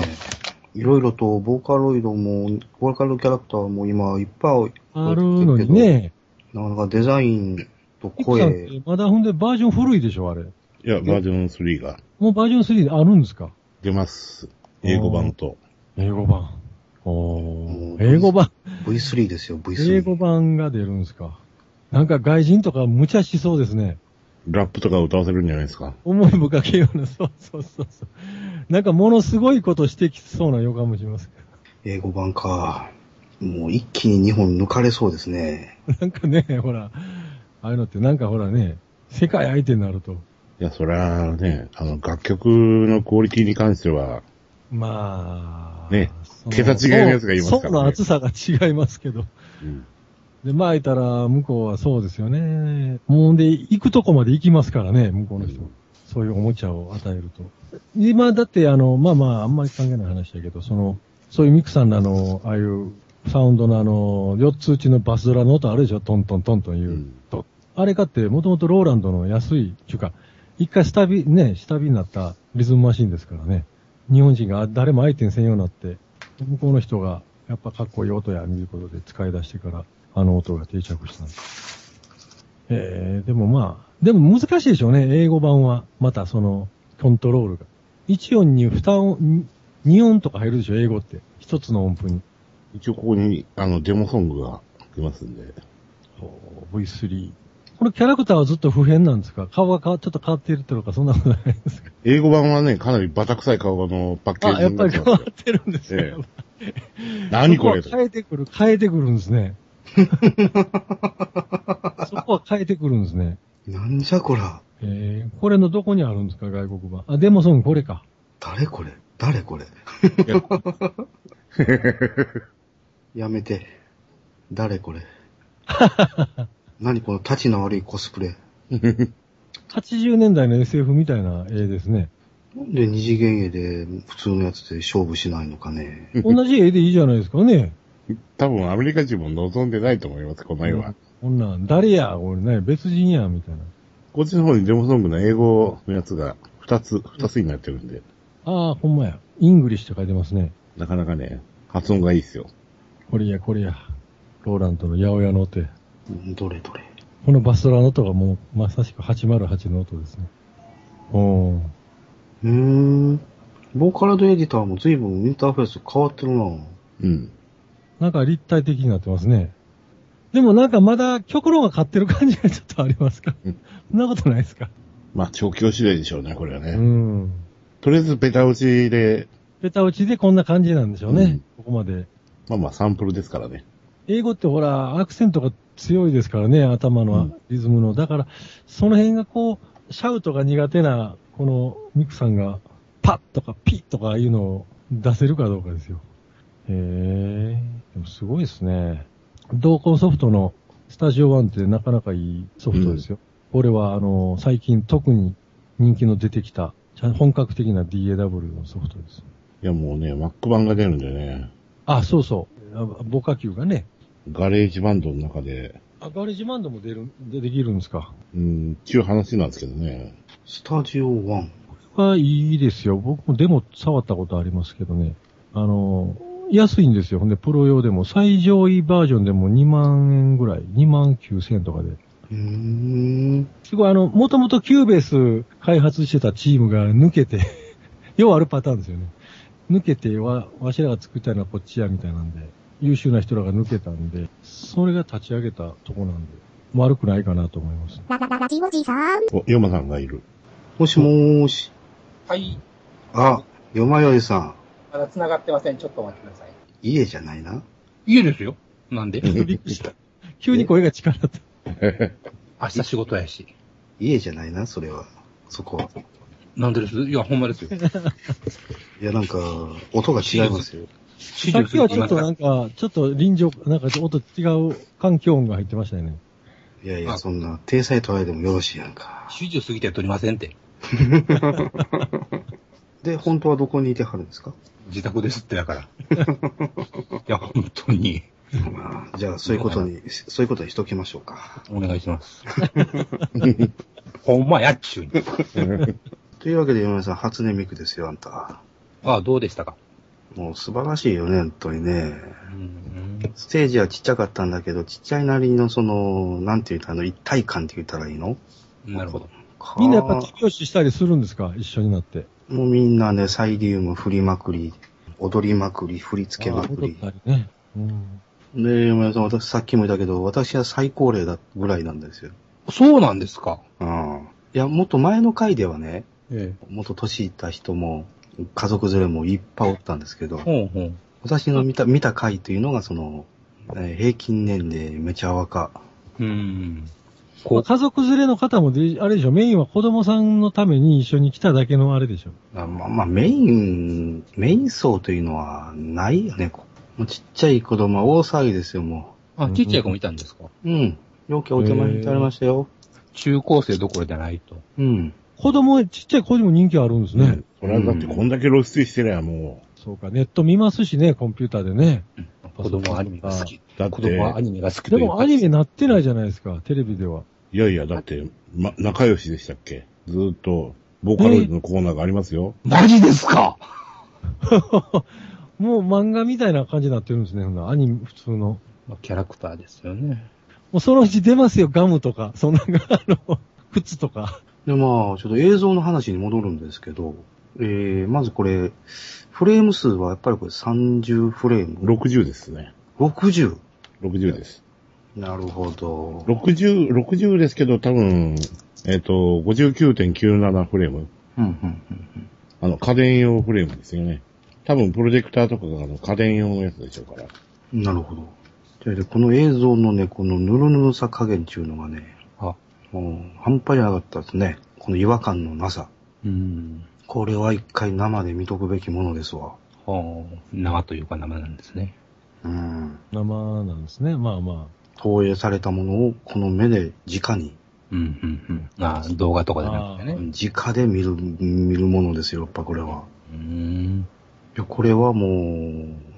いろいろと、ボーカロイドも、ボーカロキャラクターも今、いっぱい、あるのにね。なかなかデザインとミクさん声、ってまだほんでバージョン古いでしょ、あれ。いや、バージョン3がもうバージョン3であるんですか出ます。英語版と。英語版。おもうー英語版。 V3 ですよ、V3。英語版が出るんですか。なんか外人とか無茶しそうですね。ラップとか歌わせるんじゃないですか。思い深けような、そうそうそうそう。なんかものすごいことしてきそうな予感もします。 *laughs* 英語版か。もう一気に日本抜かれそうですね。なんかね、ほら、ああいうのってなんかほらね、世界相手になると。いや、そりゃあね、あの、楽曲のクオリティに関しては、まあ。ねその桁違いのやつがいますからね層の厚さが違いますけど。うんで、まいたら、向こうはそうですよね。もうで、行くとこまで行きますからね、向こうの人も。そういうおもちゃを与えると。今、だって、あの、まあまあ、あんまり関係ない話だけど、その、そういうミクさんのあの、ああいう、サウンドのあの、4つうちのバスドラの音あるでしょトントントントンいう。うんとあれかって、もともとローランドの安い、っていうか、一回下火、ね、下火になったリズムマシンですからね。日本人が誰も相手にせんようになって、向こうの人が、やっぱかっこいい音や見ることで使い出してから、あの音が定着したんです。えー、でもまあ、でも難しいでしょうね、英語版は。またその、コントロールが。1音に2音、2音とか入るでしょ、英語って。一つの音符に。一応ここに、あの、デモソングがいますんで。おー V3。これキャラクターはずっと不変なんですか顔がかわちょっと変わっているとか、そんなことないですか英語版はね、かなりバタ臭い顔のパッケーあ、ジやっにぱなっりて変まわすよ。ってるんですえよ。何これそとこは。変えてくる、変えてくるんですね。 *laughs* そこは変えてくるんですね。なんじゃこら。えー、これのどこにあるんですか、外国版。あ、デモソングこれか。誰これ誰これやめて。誰これ何この立ちの悪いコスプレ。 80年代の SF みたいな絵ですね。なんで二次元絵で普通のやつで勝負しないのかね。 *laughs* 同じ絵でいいじゃないですかね。 *laughs* 多分アメリカ人も望んでないと思います、この絵は。こんなん、誰や、俺ね、別人や、みたいな。こっちの方にデモソングの英語のやつが二つ、二つになってるんで、ああ、ほんまや。イングリッシュって書いてますね。なかなかね、発音がいいですよ。これや、これや。ローランドの八百屋の音や。どれどれ。このバスドラの音がもう、まさしく808の音ですね。おー。うーん。ボーカルドエディターも随分インターフェース変わってるなうん。なんか立体的になってますね。でもなんかまだ極論が勝ってる感じがちょっとありますか、うんそんなことないですかまあ、調教次第でしょうね、これはね。うん。とりあえずベタ打ちで、ベタ打ちでこんな感じなんでしょうね。うんここまで。まあまあサンプルですからね。英語ってほら、アクセントが強いですからね、頭うのんリズムの。だから、その辺がこう、シャウトが苦手な、このミクさんが、パッとかピッとかいうのを出せるかどうかですよ。へえ、でもすごいですね。同梱ソフトのスタジオワンってなかなかいいソフトですよ。これはあの、最近特に人気の出てきた、ちゃん本格的な DAW のソフトです。いやもうね、Mac 版が出るんでね、あ、そうそう。あボカ球がね。ガレージバンドの中で、あ、ガレージマンドも出る、でできるんですか。うん、っていう話なんですけどね。スタジオ1。はいいですよ。僕もデモ触ったことありますけどね。あの、安いんですよ。ほんで、プロ用でも、最上位バージョンでも2万円ぐらい、2万9000円とかで。うーん。すごい、あの、もともとキューベース開発してたチームが抜けて、 *laughs* ようあるパターンですよね。抜けて、わ、わしらが作ったのはこっちや、みたいなんで、優秀な人らが抜けたんで、それが立ち上げたとこなんで、悪くないかなと思います。ララララジオじさん。お、ヨマさんがいる。もしもーし。はい。あ、よまよいさん。まだ繋がってません。ちょっとお待ちください。家じゃないな。家ですよ。なん *laughs* でびっくりした。 *laughs* 急に声が近かった。明日仕事やし。家じゃないな、それは。そこは。なんでですいや、ほんま *laughs* ですよ。いや、なんか、音が違いますよ。指さっきはちょっとななんか、ちょっと臨場、なんかちょっと音違う環境音が入ってましたよね。いやいや、あそんな、体裁捉えでもよろしいやんか。指示を過ぎては取りませんって。で、本当はどこにいてはるんですか、自宅ですってだから。 *laughs* いや、本当に。まあ、じゃあ、そういうことに、そういうことにしときましょうか。お願いします。 *laughs* ほんまやっちゅうに。というわけで、皆さん、初音ミクですよ、あんた。ああ、どうでしたかもう素晴らしいよね、本当にね。うん。ステージはちっちゃかったんだけど、ちっちゃいなりの、その、なんていうか、あの、一体感って言ったらいいのなるほど。かみんなやっぱ手拍子したりするんですか一緒になって。もうみんなね、サイリウム振りまくり、踊りまくり、振り付けまくりあ。踊ったりね。うん。で、山田さん、私さっきも言ったけど、私は最高齢だぐらいなんですよ。そうなんですか。うん。いや、もっと前の回ではね、えもっと年いった人も、家族連れもいっぱいおったんですけどえ。、ほうほう。私の見た、見た回というのが、その、えー平均年齢めちゃ若。うん。まこあ家族連れの方もで、あれでしょ、メインは子供さんのために一緒に来ただけのあれでしょ。あまあ、まあ、メイン、メイン層というのはないよね。もうちっちゃい子供は大騒ぎですよ、もう。あ、ちっちゃい子もいたんですかうん。容器置いてまされましたよ。中高生どころじゃないと。うん。子供、ちっちゃい子にも人気あるんですね。ね。それはだってこんだけ露出してりゃもそうか、ネット見ますしね、コンピューターでね。子供はアニメが好き。う、だっ子供はアて、ニメが好きでというもかアニメなってないじゃないですか、テレビでは。いやいや、だって、ま、仲良しでしたっけずーっと、ボーカロイドのコーナーがありますよ。マジですかもう漫画みたいな感じになってるんですね、ほんならアニメ、普通の。もまあキャラクターですよね。うそのうち出ますよ、ガムとか、そんなんが、あの、 *laughs* 靴とか。で、まあ、ちょっと映像の話に戻るんですけど、えー、まずこれ、フレーム数はやっぱりこれ30フレーム。 60ですね。 60? 60です。なるほど。 60、60ですけど、多分、えっ、と、59.97フレーム。うん、うん、うんあの、家電用フレームですよね。多分、プロジェクターとかがあの家電用のやつでしょうから。うん。なるほど。で、でこの映像のね、このぬるぬるさ加減っていうのがね、あ、もう半端じゃなかったですね。この違和感のなさ。うん。これは一回生で見とくべきものですわ。はあ、生というか生なんですね。うん。生なんですね、まあま投影されたものをこの目で直に、うん、うん、うん。あ動画とかじゃなくてね。直で見る、見るものですよ、やっぱこれは。うん。いや、これはもう、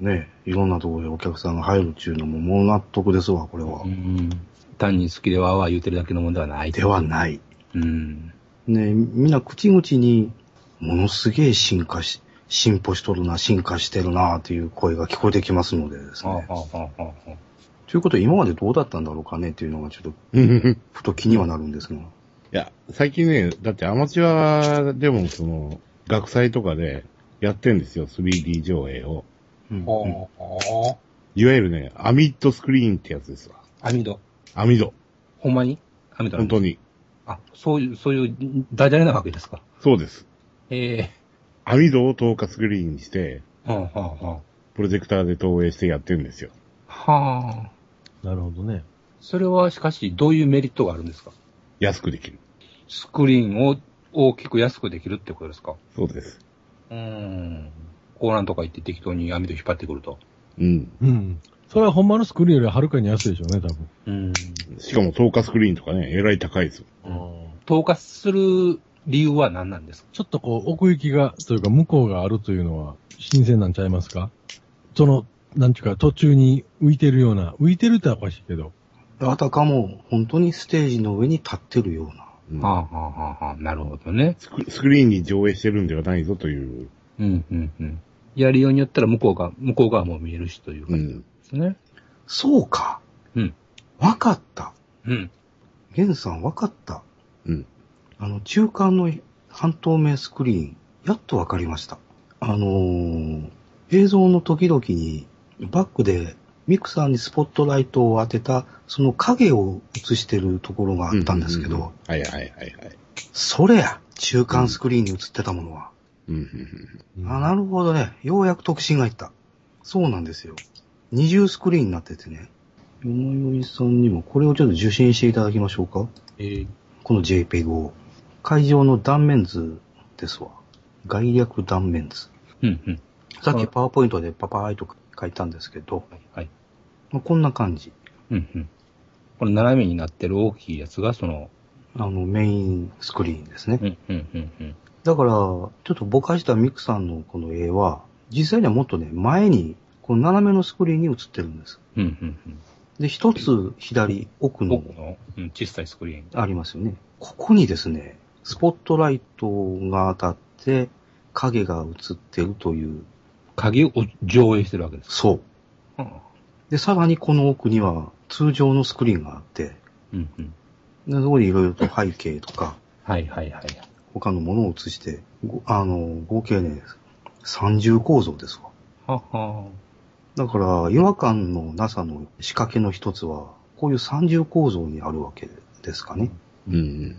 ね、いろんなところでお客さんが入るっていうのももう納得ですわ、これはう。ん。単に好きでわーわー言うてるだけのものではない。ではない。うん。ね、みんな口々に、ものすげえ進化し、進歩しとるな、進化してるな、っていう声が聞こえてきますのでですはあ、はね。あ、はあ、はあ。ということで、今までどうだったんだろうかね、っていうのがちょっと、いふと気にはなるんですが。や、最近ね、だってアマチュアでも、その、学祭とかでやってんですよ、3D 上映を。うんうんはいわゆるね、アミッドスクリーンってやつですわ。あ。網戸。アミド。ほんまに網戸なん本で当に。すあ、そういう、そういう、ダジャレなわけですか。そうです。えアミドを透過スクリーンにして、えはあ、はあ、はプロジェクターで投影してやってるんですよ。あ。はあ。あ。なるほどね。それはしかし、どういうメリットがあるんですか安くできる。スクリーンを大きく安くできるってことですかそうです。うーん。コーランとか行って適当に網戸引っ張ってくると。うん。うん。それはほんまのスクリーンよりはるかに安いでしょうね、多分。うん。しかも透過スクリーンとかね、えらい高いですよ。統括する理由は何なんですかちょっとこう、奥行きが、というか向こうがあるというのは、新鮮なんちゃいますかその、なんちゅうか、途中に浮いてるような、浮いてるってのはおかしいけど、あたかも、本当にステージの上に立ってるような。うんはあ、はあはあはあ、なるほどね。スクスクリーンに上映してるんではないぞという。うん、うん、うん。やりようによったら向こうが、向こう側も見えるしというう感じん。ですね。そうか。うん。わかった。うん。ゲンさんわかった。うん。あの、中間の半透明スクリーン、やっとわかりました。あのー映像の時々に、バックでミクサーにスポットライトを当てた、その影を映してるところがあったんですけど、うううんはいはいはいはい。それや中間スクリーンに映ってたものは。うんうんうんうんあ、なるほどね。ようやく特進がいった。そうなんですよ。二重スクリーンになっててね。よのよいさんにもこれをちょっと受信していただきましょうか。えー、この JPEG を。会場の断面図ですわ。概略断面図。うん、うん。さっはきいパワーポイントでパパーイと書いたんですけど、はい、はい。まあこんな感じ。うんうん。この斜めになってる大きいやつが、その、あの、メインスクリーンですね。うんうんうんうん。だから、ちょっとぼかしたミクさんのこの絵は、実際にはもっとね、前に、この斜めのスクリーンに映ってるんです。うんうんで、一つ左奥うん。の僕の、うん、小さいスクリーン。ありますよね。ここにですね、スポットライトが当たって、影が映ってるという、影を上映してるわけです。そう。うんで、さらにこの奥には通常のスクリーンがあって、うんうん。でそこにいろいろと背景とか、はいはいはい。他のものを映して、ごあの、合計ね、三重構造ですわ。ははだから、違和感のなさの仕掛けの一つは、こういう三重構造にあるわけですかね。うん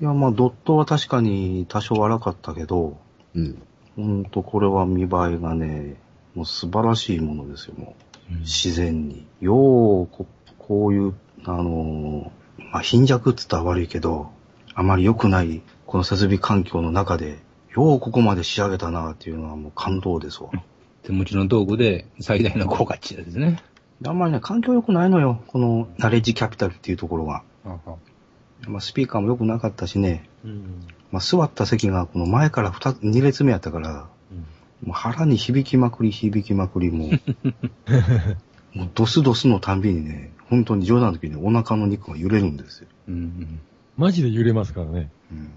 いや、まあ、ドットは確かに多少荒かったけど、うん。うん。ほんとこれは見栄えがね、もう素晴らしいものですよ、もう。自然に。よう、ここういう、あのーまあ、貧弱って言ったら悪いけど、あまり良くない、この設備環境の中で、ようここまで仕上げたなっていうのはもう感動ですわ。手持ちの道具で最大の効果値ですね。あんまりね、環境良くないのよ。この、ナレッジキャピタルっていうところが。あは。まあ、スピーカーも良くなかったしね、うん。まあ、座った席がこの前から 2, 2列目やったから、もう腹に響きまくり響きまくり、 *laughs* もう、もうドスドスのたんびにね、本当に冗談の時にお腹の肉が揺れるんですよ。うん。マジで揺れますからね。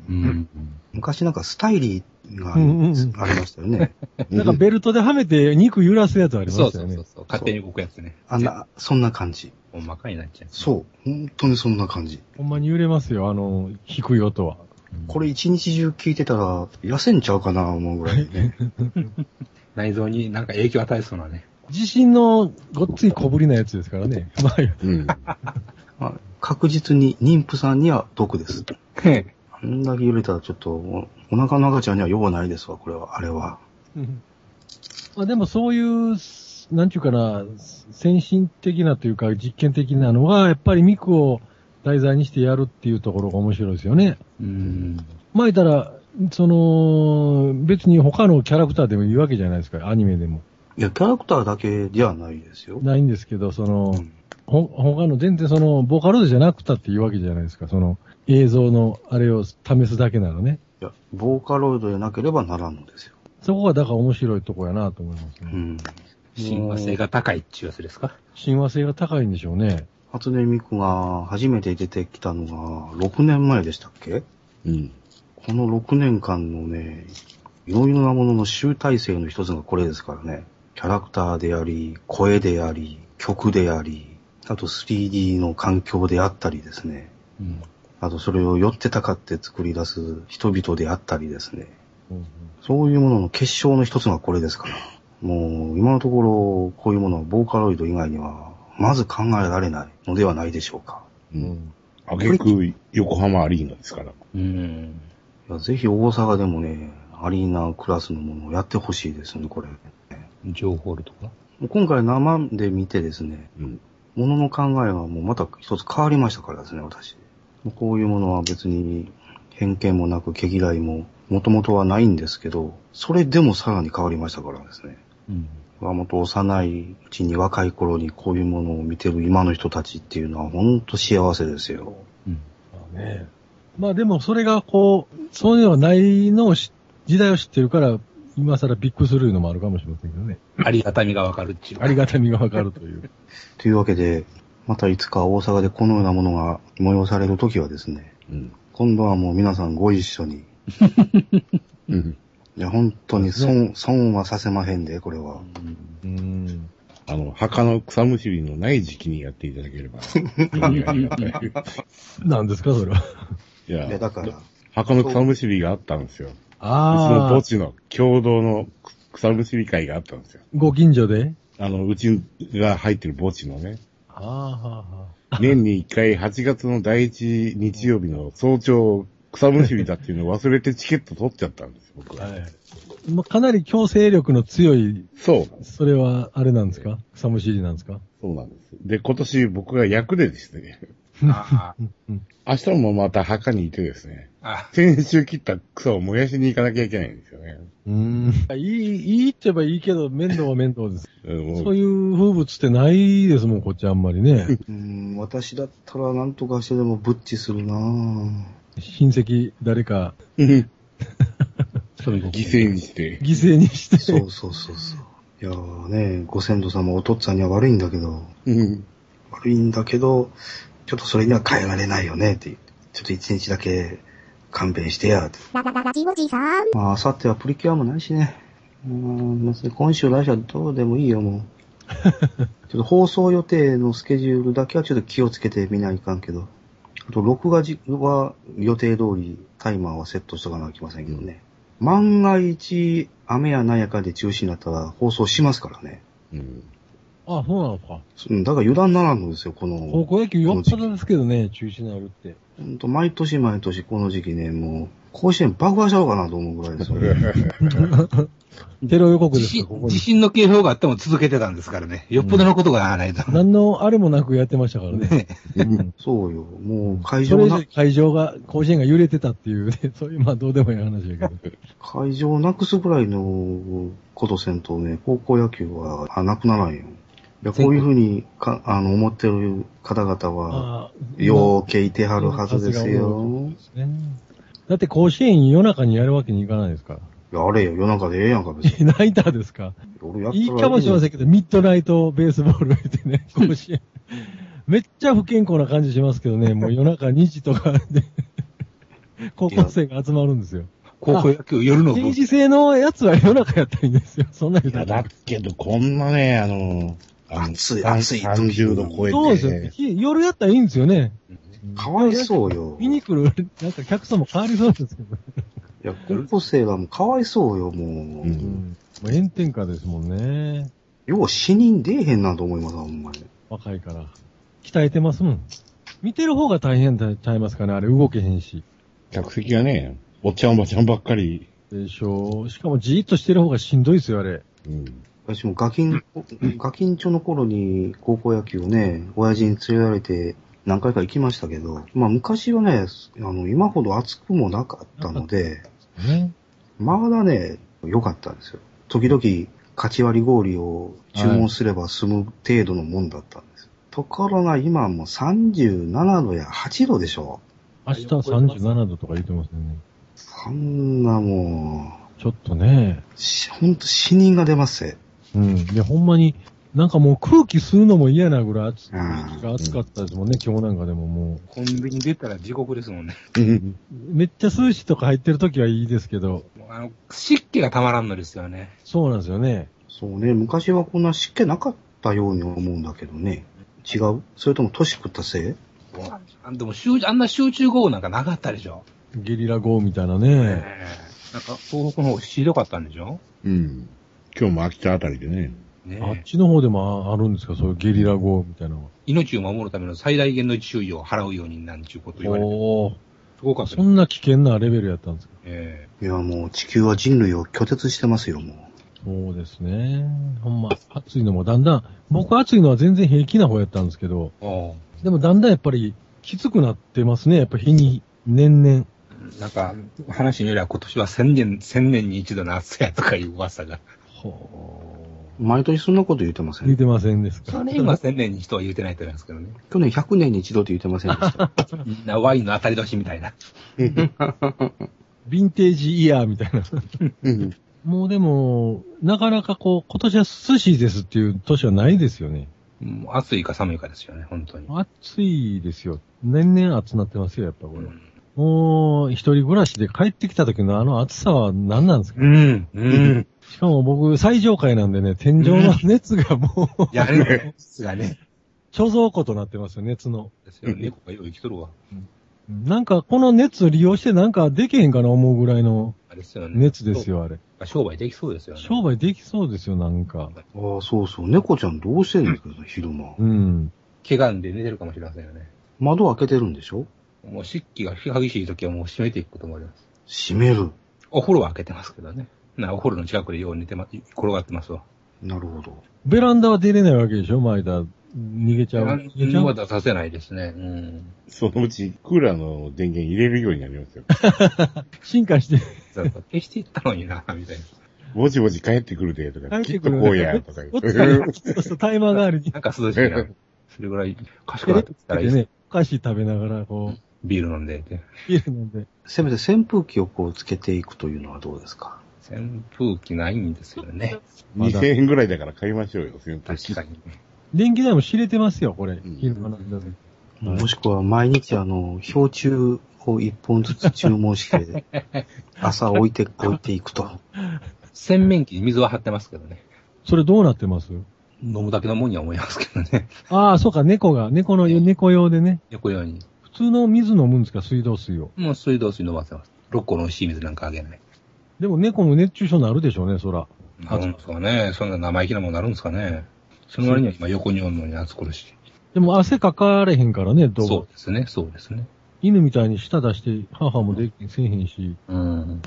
うんうん。昔なんかスタイリーがありうんうんうんありましたよね。 *laughs* なんかベルトではめて肉揺らすやつありまそうしたそようねそう。そう。勝手に動くやつね。あんな、そんな感じ。おまかになっちゃう。そう。本当にそんな感じ。ほんまに揺れますよ、あの、低い音は。これ一日中聞いてたら、痩せんちゃうかな、思うぐらい *laughs* ね。内臓になんか影響与えそうな *laughs* ね。地震のごっつい小ぶりなやつですから *laughs* ね。まあ、うん。まあ確実に妊婦さんには毒です。あんだけ揺れたらちょっと、おお腹の赤ちゃんには用はないですわ、これは、あれは。まあでもそういう、なんていうかな、先進的なというか実験的なのは、やっぱりミクを題材にしてやるっていうところが面白いですよね。うん。まあ言ったら、その、別に他のキャラクターでもいいわけじゃないですか、アニメでも。いや、キャラクターだけではないですよ。ないんですけど、その、うんほ、他の全然その、ボーカロイドじゃなくたっていうわけじゃないですか、その、映像のあれを試すだけならね。いや、ボーカロイドでなければならんのですよ。そこがだから面白いとこやなと思いますうね。ん。親和性が高いっちゅうやつですか親和性が高いんでしょうね。初音ミクが初めて出てきたのが6年前でしたっけうん。この6年間のね、いろいろなものの集大成の一つがこれですからね。キャラクターであり、声であり、曲であり、あと 3D の環境であったりですね。うん。あとそれを寄ってたかって作り出す人々であったりですね。そういうものの結晶の一つがこれですから。もう今のところこういうものはボーカロイド以外にはまず考えられないのではないでしょうか。うん。あげく、横浜アリーナですから。うん。いやぜひ大阪でもね、アリーナクラスのものをやってほしいですね、これ。情報ルとか今回生で見てですね、うん。ものの考えがもうまた一つ変わりましたからですね、私。こういうものは別に偏見もなく、毛嫌いも、もともとはないんですけど、それでもさらに変わりましたからですね。うん。まあ、もっと幼いうちに若い頃にこういうものを見てる今の人たちっていうのは本当幸せですよ。うん。まあね。まあでもそれがこう、そういうのはないのをし時代を知ってるから、今更ビッグスルーのもあるかもしれませんけどね。ありがたみがわかるっちゅう。ありがたみがわかるという。というわけで、またいつか大阪でこのようなものが催されるときはですね、うん。今度はもう皆さんご一緒に、うん。いや、本当にそうで損、損はさせまへんで、これは。うんうん。あの、墓の草むしりのない時期にやっていただけ *laughs* れば。なんですか、それは。いいや、や、だから、墓の草むしりがあったんですよ。うちのあ墓。地の共同の草むしり会があったんですよ。ご近所であの、うちが入ってる墓地の *laughs* ね、ああ、はあ、は年に一回8月の第一日曜日の早朝、草むしりだっていうのを忘れてチケット取っちゃったんですよ、僕は。い。まあ、かなり強制力の強い、そう。それは、あれなんですか草むしりなんですかそうなんです。で、今年僕が役でですね、あー明日もまた墓にいてですね、あ。先週切った草を燃やしに行かなきゃいけないんですよね。うん。いい、いいって言えばいいけど、面倒は面倒です。うんもうそういう風物ってないですもん、こっちあんまりね。 *laughs* うーん、私だったら何とかしてでもブッチするなぁ。親戚、誰か、うんそれ犠牲にして。犠牲にして。そうそうそうそう。いやーね、ご先祖様お父っつぁんには悪いんだけど、うん悪いんだけど、ちょっとそれには変えられないよねっていう。ちょっと一日だけ勘弁してやって。ララララジオジさん。まあ、あさってはプリキュアもないしね。うーん、別に今週来週はどうでもいいよ、もう。ちょっと放送予定のスケジュールだけはちょっと気をつけてみないかんけど。あと、録画時は予定通りタイマーはセットしとかなきゃいけませんけどね。万が一、雨やなんやかで中止になったら放送しますからね。うんあ、そうなのか。うん、だから油断ならんのですよ、こ高の。校野球よっぽどですけどね、中止になるって。ほんと、毎年毎年この時期ね、もう、甲子園爆破しちゃおうかなと思うぐらいですよね。テロ予告地ですよ、こ震、こに地。震の警報があっても続けてたんですからね。よっぽどのことがないと。何のあれもなくやってましたからね。うんそうよ、もう会会場場な、会場が、甲子園が揺れてたっていうね、 *laughs* そういう、まあどうでもいい話だけど。会場をなくすぐらいのことせんとね、高校野球はあなくならんよ。や、こういうふうにか、あの、思ってる方々は、ようけいてはるはずですよ。うね。だって甲子園夜中にやるわけにいかないですから。 *laughs* やれよ、夜中でええやんか、別に。ナイターですか俺やったらいいかもしれませんけど、ミッドナイトベースボール言ってね、甲子園。めっちゃ不健康な感じしますけどね、もう夜中2時とかで、高校生が集まるんですよ。高校野球 *laughs* 夜の部。政治性のやつは夜中やったらいいんですよ。 *laughs* そんなにいや、だけど、こんなね、あの、あの暑い暑い30度超えて。そうですよ。ひ夜やったらいいんですよね。かわいそうよ。見に来る、なんか客層も変わりそうですけど。いや、高校生はもうかわいそうよ、もう。ううんん。まあ、炎天下ですもんね。よう死人出えへんなと思います、ほんまに。若いから。鍛えてますもん。見てる方が大変だちゃいますかね。あれ動けへんし。客席がね、おっちゃんおばちゃんばっかり。でしょう。しかもじーっとしてる方がしんどいですよ、あれ。うん。私もガキン、ガキンチョの頃に高校野球をね、親父に連れられて何回か行きましたけど、まあ昔はね、あの、今ほど暑くもなかったので、ね。まだね、良かったんですよ。時々、カチ割り氷を注文すれば済む程度のもんだったんですよ。ところが今はもう37度や8度でしょ。明日37度とか言ってますよね。そんなもちょっとね。う、しほんと死人が出ますぜ。うん。で、ほんまに、なんかもう空気吸うのも嫌なぐらい暑うん暑かったですもんね、今日なんかでももコンビニ出たら地獄ですもんね。うんう。めっちゃ涼しいとか入ってる時はいいですけど、もうあの、湿気がたまらんのですよね。そうなんですよね。そうね、昔はこんな湿気なかったように思うんだけどね。違うそれとも年食ったせいあでも集あんな集中豪雨なんかなかったでしょ。ゲリラ豪雨みたいなね。ええなんか東北の方ひどかったんでしょうん。今日も秋田あたりでね。ねあっえちの方でもああるんですかそういうゲリラ豪雨みたいなのは。命を守るための最大限の注意を払うようになんちゅうこと言われて。おーすごかったそです。んな危険なレベルやったんですかえいや、もう地球は人類を拒絶してますよ、もう。そうですね。ほんま、暑いのもだんだん、僕暑いのは全然平気な方やったんですけど、えおうでもだんだんやっぱりきつくなってますね。やっぱ日に、年々。なんか、話によりは今年は千年、千年に一度の暑さやとかいう噂が。ほ毎年そんなこと言ってませー。言ん。ってませんですか去年は千年に一度は言うてないと思いますけどね。去年100年に一度って言ってませんで *laughs* した。みんなワインの当たり年みたいな。ヴィンテージイヤーみたいな。うん。もうでも、なかなかこう、今年は涼しいですっていう年はないですよね。もう暑いか寒いかですよね、本当に。暑いですよ。年々暑なってますよ、やっぱこうれ。ん。もう、一人暮らしで帰ってきた時のあの暑さは何なんですかうん。 *laughs* うん。しかも僕、最上階なんでね、天井の熱がもう、やれる質がね。貯蔵庫となってますよ、熱の。ですよね。猫がよう生きとるわ。なんか、この熱を利用してなんかできへんかな思うぐらいのあれですよね。熱です。よ、あれ。商売できそうですよね。商売できそうですよ、なんか。ああ、そうそう。猫ちゃんどうしてるんですか、昼間。うん。怪我で寝てるかもしれませんよね。窓開けてるんでしょもう湿気が激しい時はもう閉めていくこともあります。閉める。お風呂は開けてますけどね。なお風呂の近くでよう寝てま、転がってますわ。なるほど。ベランダは出れないわけでしょ、前田。逃げちゃう。逃げちゃまう。ださせないですね。うん。そのうち、クーラーの電源入れるようになりますよ。進化して、そ *laughs* うか消していったのにな、みたいな。ぼちぼち帰ってくるで、とか、帰っきてっくとるこうや、とか言 *laughs* おっ。ってたら、ちょっとしたタイマー代わりに、なんか涼しいな。それぐらい賢テレくなってビきつたけらいいてですね。ね、お菓子食べながら、こう、ビール飲んでて。ビール飲んで。せめて扇風機をこうつけていくというのはどうですか扇風機ないんですよね。まだ2000円ぐらいだから買いましょうよ、先確かに。電気代も知れてますよ、これん。昼間なんだとはいもしくは毎日あの、氷柱を一本ずつ注文 *laughs* して、朝置いて、置いていくと。洗面器に水は張ってますけどね。それどうなってます飲むだけのもんには思いますけどね。 *laughs* ああ、そうか、猫が、猫の、猫用でね。横用に。普通の水飲むんですか、水道水を。もう水道水飲ませます。6個の美味しい水なんかあげない。でも猫も熱中症になるでしょうね、そら。なるんですかね。そんな生意気なもんなるんですかね。その割には今横におんのに暑苦しい。でも汗かかれへんからね、どうそうですね、そうですね。犬みたいに舌出して、母もできせえへんし。うん。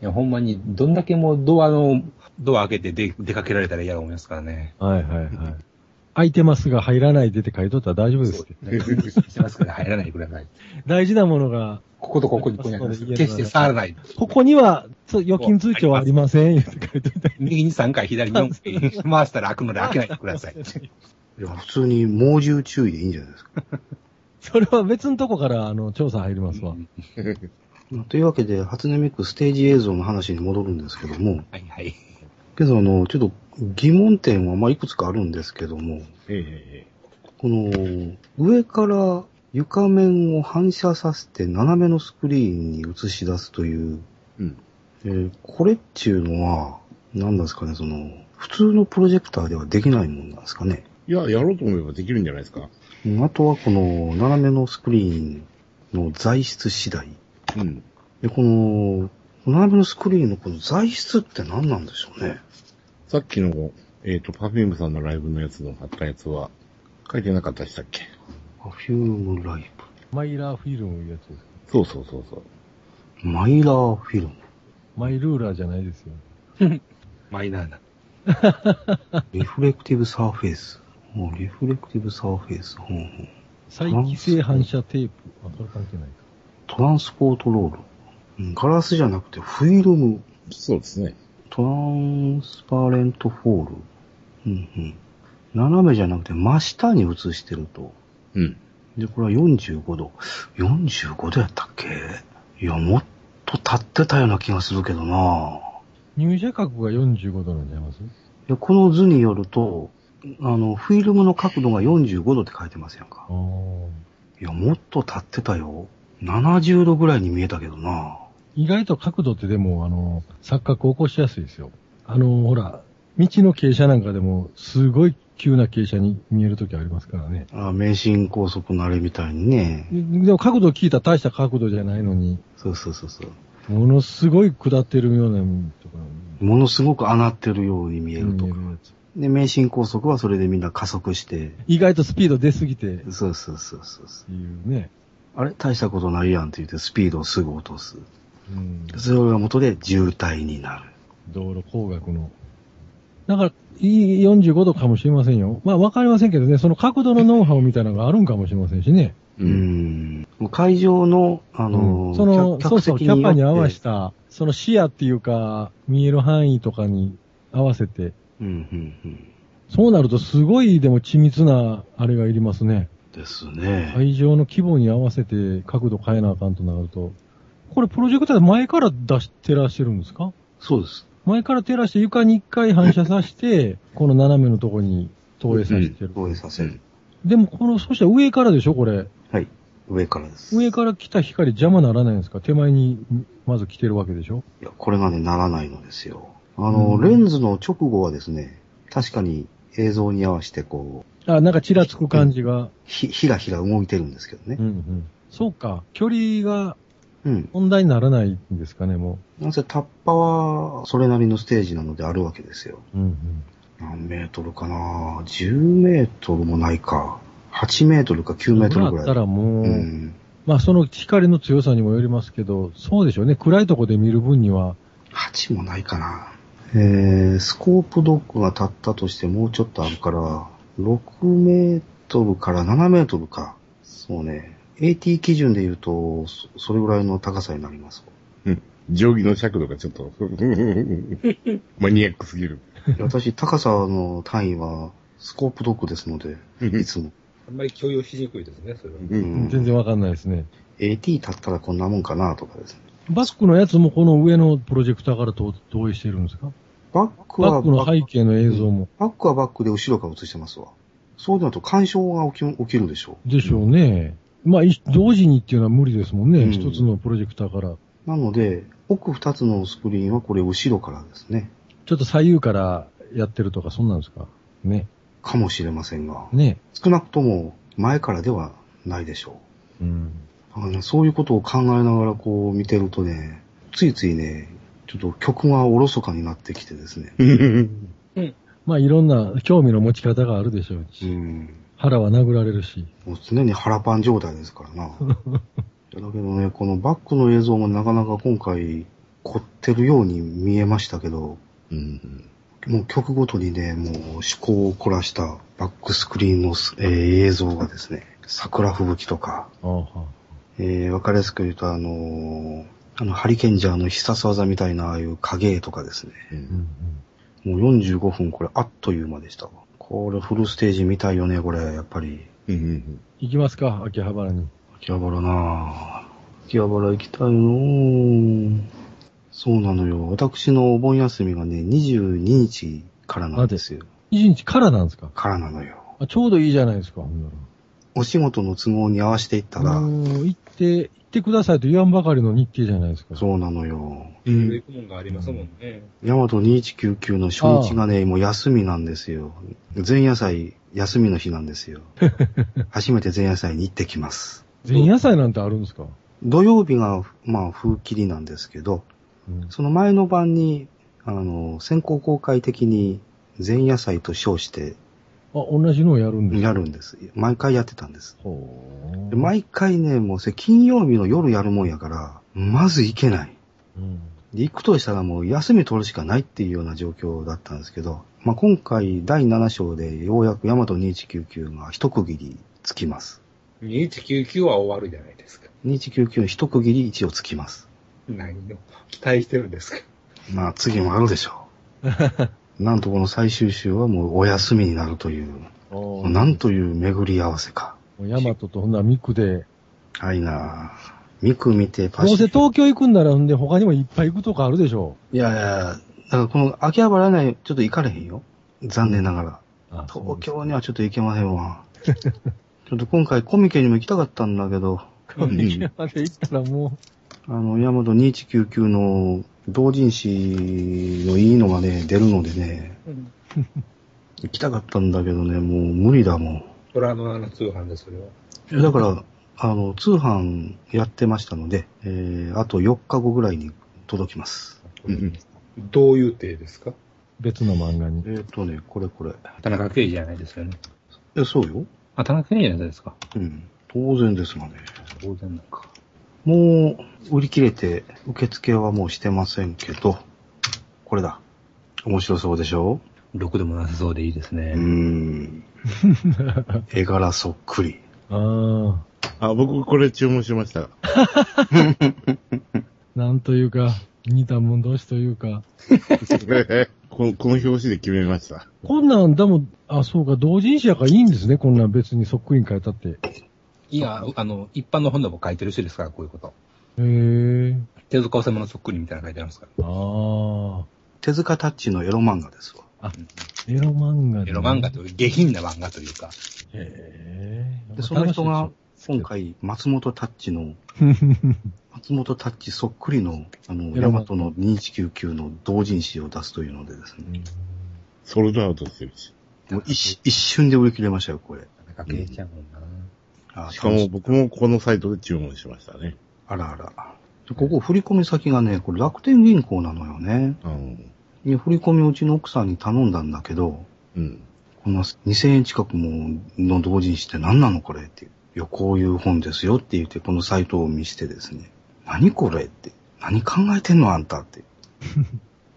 いや、ほんまに、どんだけもうドアの、ドア開けて出出かけられたら嫌だ思いますからね。はいはいはい。空いてますが入らないでって書いとったら大丈夫です。してますから入らないでください。大事なものが、こことここにここにあります。決して触らない。ここにはそう預金通帳はありません。言って書いといて。右に3回、左に4回、回したら開くので開けないでください。いや、普通に猛獣注意でいいんじゃないですか。それは別のとこから、あの、調査入りますわ。というわけで、初音ミクステージ映像の話に戻るんですけども、はいはい。けどあの、ちょっと疑問点はまあいくつかあるんですけども、ええこの、上から床面を反射させて斜めのスクリーンに映し出すという、うんえーこれっていうのは、何なんですかね、その、普通のプロジェクターではできないもんなんですかね。いや、やろうと思えばできるんじゃないですか。うんあとはこの、斜めのスクリーンの材質次第。うん。で、この、斜めのスクリーンのこの材質って何なんでしょうね。さっきの、えっ、と、パフュームさんのライブのやつの貼ったやつは、書いてなかったでしたっけパフュームライマイラーフィルムいうやつです。そうそうそうそう。ブ、マイラーフィルム、マイルーラーじゃないですよ。マイナーな。リフレクティブサーフェイス。もうリフレクティブサーフェイス。ほんほん再帰性反射テープ。あ、それ関係ないか。トランスポートロールうん。ガラスじゃなくてフィルム。そうですね。トランスパレントフォール。うんうん。斜めじゃなくて真下に映してると。うん。で、これは45度。45度やったっけいや、もっと立ってたような気がするけどな入射角が45度なんちゃいますでこの図によると、あの、フィルムの角度が45度って書いてますやんかあ。ーいや、もっと立ってたよ。70度ぐらいに見えたけどな意外と角度ってでも、あの、錯覚起こしやすいですよ。あの、ほら、道の傾斜なんかでも、すごい急な傾斜に見えるときありますからね。あ名神高速のあれみたいにね。ででも角度聞いたら大した角度じゃないのに、そうそうそうそう。ものすごい下ってるようなとか、ものすごく穴ってるように見えると見か。えるやつで、名神高速はそれでみんな加速して。意外とスピード出すぎて、っそうそうそうそうそう。ていうね。あれ大したことないやんって言ってスピードをすぐ落とす。うんそれが元で渋滞になる。道路工学の。だから、いい45度かもしれませんよ。まあ、わかりませんけどね、その角度のノウハウみたいなのがあるんかもしれませんしね。う。ん。会場の、あのー、その、客そうそ客う、キ席よってャパに合わせた、その視野っていうか、見える範囲とかに合わせて、うん、うん、うん。そうなるとすごい、でも緻密な、あれがいりますね。ですね。会場の規模に合わせて角度変えなあかんとなると。これ、プロジェクターで前から出し、照らしてるんですかそうです。前から照らして床に一回反射させて、この斜めのとこに投影させてる。投影させる。でも、この、そしたら上からでしょ、これ。はい。上からです。上から来た光邪魔ならないんですか手前に、まず来てるわけでしょいや、これがね、ならないのですよ。あの、うんレンズの直後はですね、確かに映像に合わせてこう、あ、なんかちらつく感じが。ひ、ひらひら動いてるんですけどねうん。うん。そうか。距離がうん。問題にならないんですかね、もなんせタッパは、それなりのステージなのであるわけですよ。う。うんうん。何メートルかな10メートルもないか。8メートルか9メートルぐだらっい。たらもう、うん。まあその光の強さにもよりますけど、そうでしょうね。暗いとこで見る分には、 8もないかな。えー、スコープドッグが立ったとしてもうちょっとあるから、6メートルから7メートルか。そうね。AT 基準で言うと、そそれぐらいの高さになり *laughs* ます。定規の尺度がちょっ *laughs* と、マニアックすぎる。私、高さの単位は、スコープドッグですので、いつも。あんまり強要しにくいですね、それは。うん全然わかんないですね。 AT 立ったらこんなもんかなとかですね。バックのやつもこの上のプロジェクターから投投影してるんですかバックバはックの背景の映像も。バックはバックで後ろから映してますわ。そうだと干渉が起き起きるでしょう。でしょうね。まあ、い同時にっていうのは無理ですもんうね。ん一、つのプロジェクターから。なので、奥二つのスクリーンはこれ後ろからですね。ちょっと左右からやってるとか、そんなんですかね。かもしれませんが、ね。少なくとも前からではないでしょうん。う。だからね、そういうことを考えながらこう見てるとね、ついついね、ちょっと曲がおろそかになってきてですね。まあ、いろんな興味の持ち方があるでしょううし、ん。腹は殴られるし。もう常に腹パン状態ですから *laughs* な。だけどね、このバックの映像もなかなか今回凝ってるように見えましたけど、うんもう曲ごとにね、もう趣向を凝らしたバックスクリーンのす、えー映像がですね、桜吹雪とか、ああはあえー、わかりやすく言うとあのーあの、ハリケンジャーの必殺技みたいな、ああいう影絵とかですね。うんもう45分これあっという間でしたわ。これフルステージ見たいよね、これ、やっぱり。うんうん行きますか、秋葉原に。秋葉原なぁ。秋葉原行きたいのそうなのよ。私のお盆休みがね、22日からなんですよ。 1日からなんですかからなのよ。あちょうどいいじゃないですか、ほんなら。お仕事の都合に合わせていったら、もう行って、行ってくださいと言わんばかりの日程じゃないですか。そうなのよ。ういろいろん。行くもんがありますもんね。ヤマト2199の初日がね、もう休みなんですよ。前夜祭、休みの日なんですよ。初めて前夜祭に行ってきます。前夜祭なんてあるんですか土曜日が、まあ、風切りなんですけど、うんその前の晩に、あの、先行公開的に前夜祭と称してあ、同じのをやるんですかやるんです。毎回やってたんです。ほでう。毎回ね、もうせ金曜日の夜やるもんやから、まず行けない。うんで行くとしたらもう休み取るしかないっていうような状況だったんですけど、まあ、今回第7章でようやくヤマト2199が一区切りつきます。 2199は終わるじゃないですか。 2199の一区切り一応つきます。何の期待してるんですか。まあ次もあるでしょう。 *laughs* なんとこの最終週はもうお休みになるという、おーなんという巡り合わせか。もうヤマトとほんならミクで。はいなぁ。ミク見てパどうせシフィッ東京行くんなら、ほんで他にもいっぱい行くとかあるでしょク。いやいや、だからこの秋葉原ね、ちょっと行かれへんよ。残念ながら。う。あ東京にはちょっと行けませんわ。ちょっと今回コミケにも行きたかったんだけど、そうです *laughs* か。まで行ったらもあの、ヤマト2199の同人誌のいいのがね、出るのでね、行きたかったんだけどね、もう無理だもん。虎の穴通販でそれは。いやだから、あの、通販やってましたので、えー、あと4日後ぐらいに届きます。うんどういう体ですかう、別の漫画にえ。っ、とね、これこれ。田中圭じゃないですよね。え、そうよ。あ、田中圭じゃないですか。うん。当然ですがね。当然なんか。もう、売り切れて、受付はもうしてませんけど、これだ。面白そうでしょろくでもなさそうでいいですうねー。 *laughs* ん。絵柄そっくり。あ *laughs* あ、僕これ注文しま *laughs* した。あ、なんというか、似たもん同士というか。このこの表紙で決めました。こんなん、でも、あ、そうか、同人誌やからいいんですね、こんなん別にそっくりに変えたって。へいや、あの、一般の本でも書いてる人ですから、こういうこと。え。手塚治虫のそっくりみたいなの書いてありますから。あ手塚タッチのエロ漫画ですわ。あ、エロ漫画でねエロ漫画という、下品な漫画というか。へえ。で、その人が、今楽し回、松本タッチ *laughs* のいですよ。松本タッチそっくりの、あの、エヤロママトの2199の同人誌を出すというのでですね。ソールドアウトしてるし。もう一一瞬で売り切れましたよ、これ。田中圭ちゃんもんな。あしかも僕もこのサイトで注文しましたね。あらあら。でここ振り込み先がね、これ楽天銀行なのよね。うん。で振り込みをうちの奥さんに頼んだんだけど、うん。こんな2000円近くもの同人誌って何なのこれって。いや、こういう本ですよって言って、このサイトを見してですね。何これって。何考えてんのあんた *laughs* って。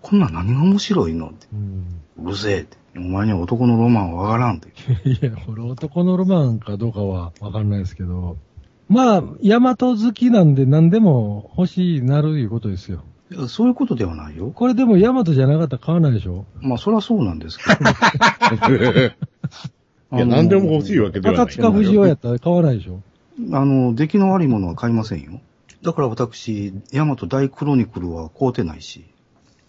こんなん何が面白いのって。うん。うるせえって。お前には男のロマンはわからんって。いや、これ男のロマンかどうかはわかんないですけど。まあ、ヤマト好きなんで何でも欲しいなるいうことですよ。いやそういうことではないよ。これでもヤマトじゃなかったら買わないでしょまあ、そりゃそうなんです *laughs* けど。いや、何でも欲しいわけではない。赤塚不二夫やったら買わないでしょあの、出来の悪いものは買いませんよ。だから私、ヤマト大クロニクルは買うてないし。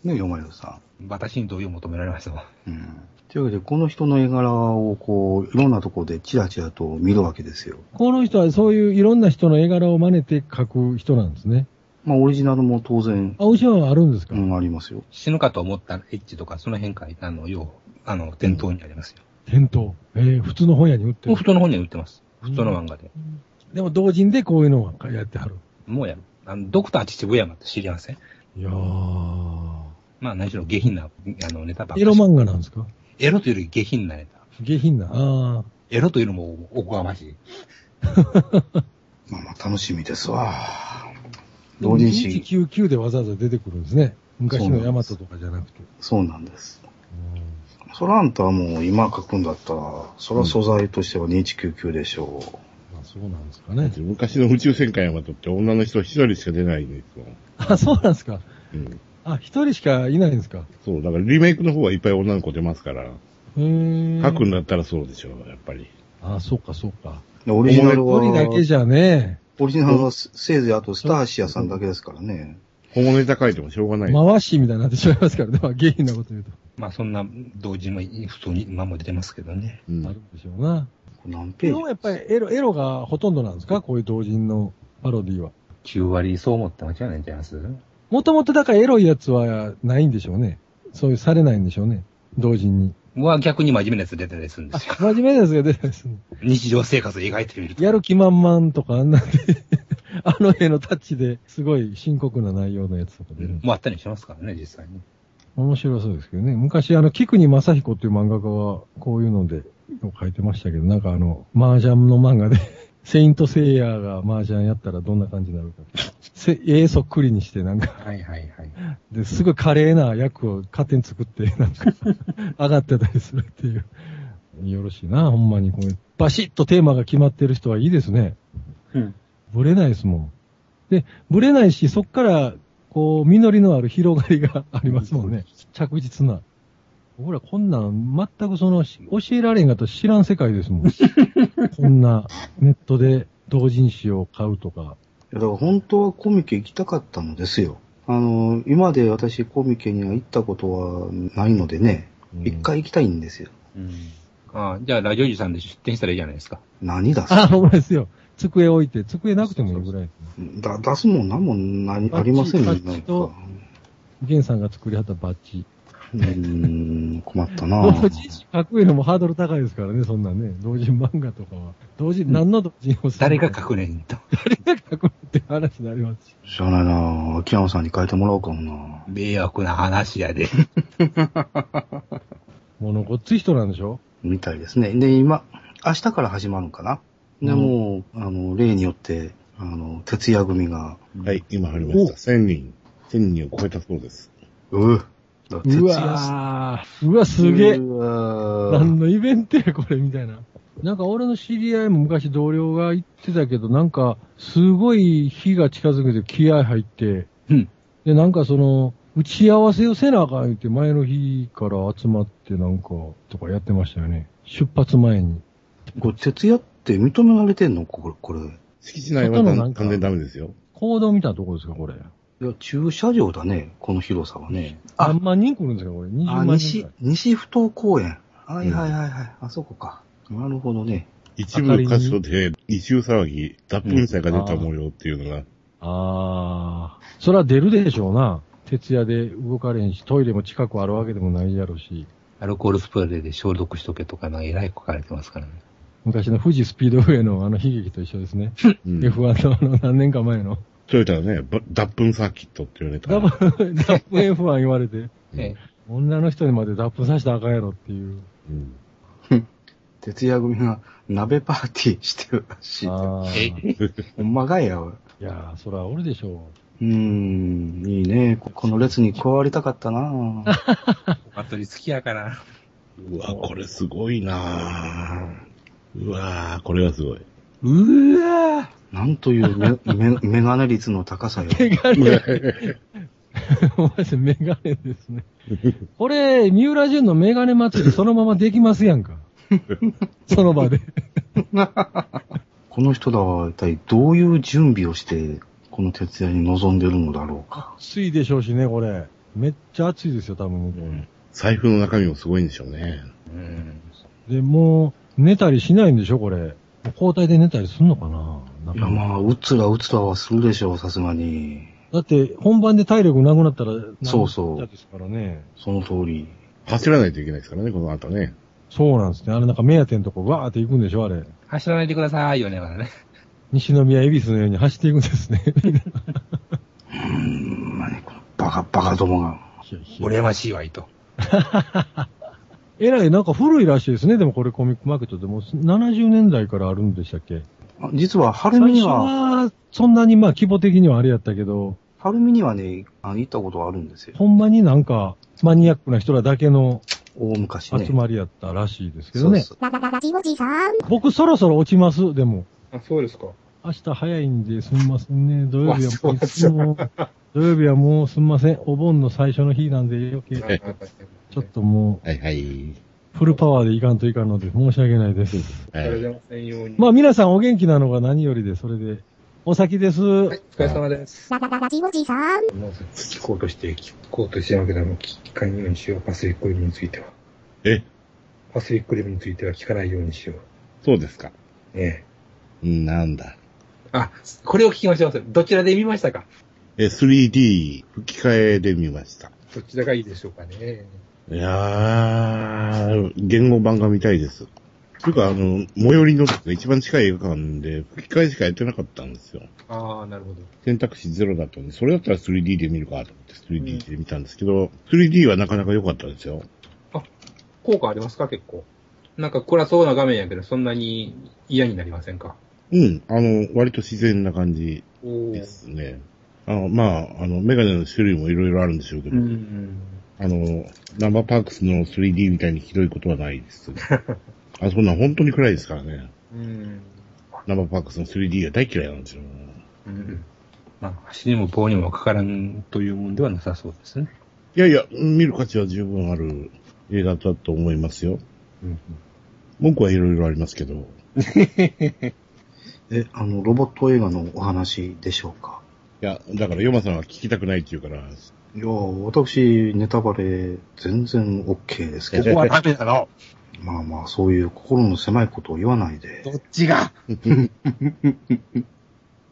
ね、ヨマヨさ私に同意を求められましたわ。ん。うん。というわけで、この人の絵柄をこう、いろんなとこでチラチラと見るわけですよ。この人はそういういろんな人の絵柄を真似て描く人なんですね。まあ、オリジナルも当然、あ、おしはあるんですか、うん、ありますよ。死ぬかと思ったらエッチとか、その辺か、あの、よう、あの、店頭にありますよ。店頭。えー、普通の本屋に売ってもうる。普通の本には売ってます。普通の漫画で。でも同人でこういうのがやってはる。もうやる。あの、ドクター秩父山って知りませんいやー。まあ、何しろ下品な、あの、ネタばっかり。エロ漫画なんですかエロというより下品なネタ。下品な。あエロというのもおこがましい。まあまあ、楽しみですわ。ー。同人誌、 1199でわざわざ出てくるんですね。昔のヤマトとかじゃなくて。そうなんです。そらあんたはもう今書くんだったら、そら素材としては2199でしょう。まそうなんですかね。昔の宇宙戦艦ヤマトって女の人一人しか出ないんですよ。あ、そうなんですか。うん。あ、一人しかいないんですか。そう、だからリメイクの方はいっぱい女の子出ますから、うーん。書くんだったらそうでしょう、やっぱり。あ、そうか、そうか。オリジナルは一、人だけじゃね、オリジナルはせいぜいあとスターシアさんだけですからね。本ネタ書いてもしょうがない。回しみたいになってしまいますからね。ま *laughs* あ、下品なこと言うと。まあそんな同時も普通に今も出てますけどね。うんあるんでしょうな。これ何ペ基ージ本やっぱりエロ、エロがほとんどなんですかこういう同人のパロディは。 9割そう思って間違いないんじゃないですもともとだからエロいやつはないんでしょうね。そういうされないんでしょうね。同人に。は逆に真面目なやつ出てたりするんですよ。真面目なやつが出てますね。日常生活を描いてみると。やる気満々とかあんなんで、 *laughs* あの絵のタッチですごい深刻な内容のやつとか出る。もうあったりしますからね、実際に。面白そうですけどね。昔、あの、菊に正彦っていう漫画家は、こういうので、よく書いてましたけど、なんかあの、麻雀の漫画で、 *laughs* セイントセイヤーが麻雀やったらどんな感じになるか。せ絵そっくりにして、なんか、はいはいはい。で、すごい華麗な役を勝手に作 *laughs* って、なんか、上がってたりするっていう。よろしいな、ほんまに。こうバシッとテーマが決まってる人はいいですね。うん。ブレないですもん。で、ブレないし、そっから、こう、実りのある広がりがありますもんね。着実な。僕らこんなん、全くその、し教えられんかったら知らん世界です *laughs* もん。こんな、ネットで同人誌を買うとか。いや、だから本当はコミケ行きたかったのですよ。あの、今まで私コミケには行ったことはないのでね、うん一、回行きたいんですよ。うん。ああ、じゃあラジオジさんで出店したらいいじゃないですか。何出すあ、ほんまですよ。机置いて、机なくてもいいぐらいですね。だ出すもん何も何ありませんバねッチバッなチ。んとかゲンさんが作りはったバッジ。うーん、困ったな *laughs* 同人誌書くよりもハードル高いですからね、そんなね。同人漫画とかは。同人、何の同人をする誰のが書くねん *laughs* と。誰が書くのって話になりますし。知らないな秋山さんに書いてもらおうかもな迷惑な話やで。ものごっつい人なんでしょみたいですね。で、今、明日から始まるのかなで、うんもう、あの、例によって、あの、徹夜組が、はい、今貼りました。1000人。1000人を超えたそうです。うぅ。だから徹う夜わーうわ、すげえ。うわ何のイベントや、これ、みたいな。なんか俺の知り合いも昔同僚が言ってたけど、なんか、すごい日が近づけて気合入って、うん。で、なんかその、打ち合わせをせなあかん言って前の日から集まってなんか、とかやってましたよね。出発前に。これ、徹夜って認められてんのこれ、これ。い敷地内は外のな完んか全にダメですよ。行動みたいなとこですか、これ。や、駐車場だね、この広さはね。何万人来るんですか、これ。20あ、万人西ぐらい。、西不当公園。はいうんはいはいはい。あそこか。なるほどね。一部箇所で異臭騒ぎ、脱粉者が出た模様っていうのが、あー。それは出るでしょうな。徹夜で動かれへんし、トイレも近くあるわけでもないやろし。アルコールスプレーで消毒しとけとか、なんか偉い書かれてますからね。昔の富士スピードウェイのあの悲劇と一緒ですね。うん、 F1 のあの何年か前の。 *laughs* トヨタのね、ば脱粉サーキットって言われた。ダブル、ダブル F1 言われて、うんええ女の人にまで脱粉させたらあかんやろっていう。うん徹夜組が鍋パーティーしてるらしい。ほあえーんまかいや、おいいやー、そらおるでしょうーん、いいね。ここの列に加わりたかった *laughs* なあとり好きやから。うわ、これすごいなぁ。うわぁ、これはすごい。うわなんというメメメガネ率の高さよ *laughs* う。。メガネ。 *laughs* お前さんメガネですね。これ、三浦淳のメガネ祭りそのままできますやんか。その場で。この人らは一体どういう準備をして、この徹夜に臨んでるのだろうか。暑いでしょうしね、これ。めっちゃ暑いですよ、多分。財布の中身もすごいんでしょうね。うん。で、もう、寝たりしないんでしょ、これ。交代で寝たりすんのかななんいかや、まあ、うつらうつらはするでしょう、さすがに。だって、本番で体力なくなったら、そうそうなんかですからね。その通り。走らないといけないですからね、この後ね。そうなんですね。あれなんか目当てのとこ、わーって行くんでしょ、あれ。走らないでくださいよね、まだね。西宮恵比寿のように走っていくんで *laughs* すね。うんまあね、このバカバカどもが。羨ましいわいと。えらい、なんか古いらしいですね。でもこれコミックマーケットでも70年代からあるんでしたっけあ実は、最春見に初は、は、そんなにまあ規模的にはあれやったけど、春見にはね、あの行ったことがあるんですよ。ほんまになんかマニアックな人らだけの大昔ね。集まりやったらしいですけどね。そうララララジオジさん。僕そろそろ落ちます、でも。あ、そうですか。明日早いんですみませんね。土曜日はもうわいつも、土曜日はもうすみません。お盆の最初の日なんで余計、えちょっともはいはい。う、フルパワーでいかんといかんので、申し訳ないです。あはれいじゃませんように。まあ、あ皆さんお元気なのが何よりで、それで。お先です。はい、お疲れ様です。ララララジオジさん。もう聞こうとして、聞こうとしてるわけだもん。聞聞かないようにしよう。パシフィックリムについては。え、パシフィックリムについては聞かないようにしよそうですか。う。ねうんなんだ。え。あ、これを聞きました。どちらで見ましたかえ、3D 吹き替えで見ました。どちらがいいでしょうかね。いやー、言語版が見たいです。というか、あの、最寄りの一番近い映画館で吹き替えしかやってなかったんですよ。ああ、なるほど。選択肢ゼロだったんで、それだったら 3D で見るかと思って 3D で見たんですけど、3D はなかなか良かったですよ。効果ありますか結構。なんか暗そうな画面やけど、そんなに嫌になりませんかうん、あの、割と自然な感じおお。ですね。あの、まあ、あの、メガネの種類もいろいろあるんでしょうけど、うん。あの、ナンバーパークスの 3D みたいにひどいことはないです。 *laughs* あ、そんなん本当に暗いですからね。うん。ナンバーパークスの 3D が大嫌いなんですよ。うん。まあ、足にも棒にもかからんというもんではなさそう *laughs* ですね。いやいや、見る価値は十分ある映画だと思いますよ。うん文句はいろいろありますけど。え、あの、ロボット映画のお話でしょうかいや、だからヨマさんは聞きたくないって言うから、いや、私、ネタバレ全然 OK ですけこどこ、はダメだろまあまあ、そういう心の狭いことを言わないでど、っちが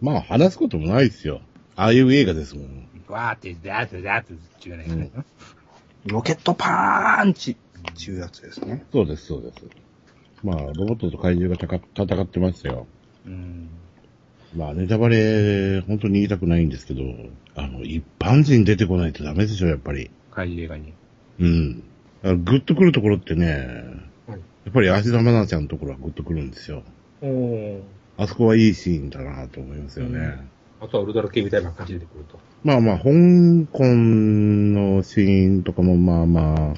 まあ話すこともないですよ。ああいう映画ですもん。わーって、だーって、だーって、って言わないからねロケットパーンチっていうやつですね。そうです、そうです。まあ、ロボットと怪獣がたか戦ってましたよ。うん。まあ、ネタバレ、本当に言いたくないんですけど、あの、一般人出てこないとダメでしょ、やっぱり。怪獣映画に。うん。だからグッとくるところってね、はいやっぱり芦田愛菜ちゃんのところはグッとくるんですよ。おお。あそこはいいシーンだなと思いますよね。うんあとはウルトラ系みたいな感じで出てくると。まあまあ、香港のシーンとかもまあまあ、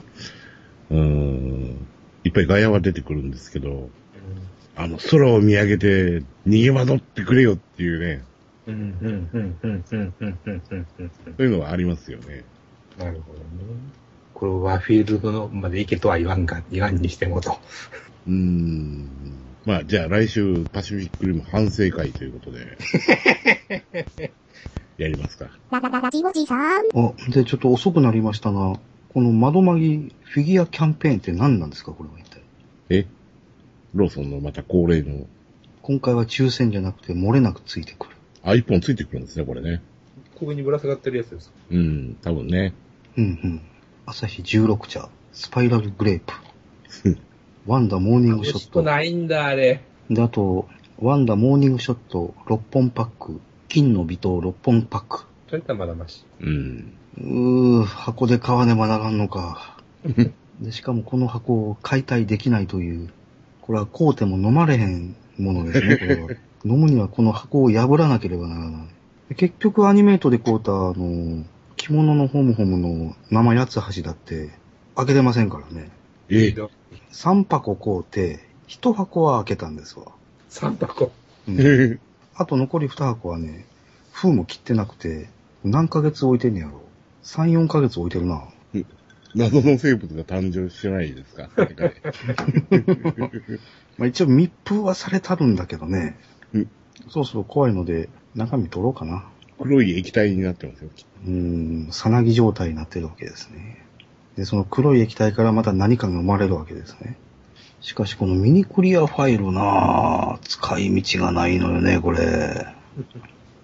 うーん、いっぱいガヤは出てくるんですけど、あの、空を見上げて逃げ惑ってくれよっていうね、うん、うん、うん、うん、うん、うん、うん、うん、うん。そういうのはありますよね。なるほどね。これはフィールドのまで行けとは言わんが、言わんにしてもと。うーん。まあ、じゃあ来週パシフィックリム反省会ということで。やりますか。ララララジオジさん。あ、で、ちょっと遅くなりましたが、この窓まぎフィギュアキャンペーンって何なんですかこれは一体。えローソンのまた恒例の、今回は抽選じゃなくて漏れなくついてくる。あ、一本ついてくるんですね、これね。ここにぶら下がってるやつです。うん、多分ね。うんうん。朝日16茶、スパイラルグレープ、ワンダモーニングショット。ないんだ、あれ。で、あと、ワンダモーニングショット6本パック、金の微糖6本パック。それとはまだまし。うん。うー、箱で買わねばならんのか。で、しかもこの箱を解体できないという、これは買うても飲まれへんものですね、これは。飲むにはこの箱を破らなければならない。で結局アニメートで買うた、あの、着物のホムホムの生八つ橋だって、開けてませんからね。え、 3箱買うて、1箱は開けたんですわ。三箱。うん、あと残り2箱はね、封も切ってなくて、何ヶ月置いてんねやろ。3、4ヶ月置いてるな。謎の生物が誕生してないですかまあ、一応密封はされたるんだけどね。うんそうそう怖いので、中身取ろうかな。黒い液体になってますよ。うーん、さなぎ状態になってるわけですね。で、その黒い液体からまた何かが生まれるわけですね。しかしこのミニクリアファイルなぁ、使い道がないのよね、これ。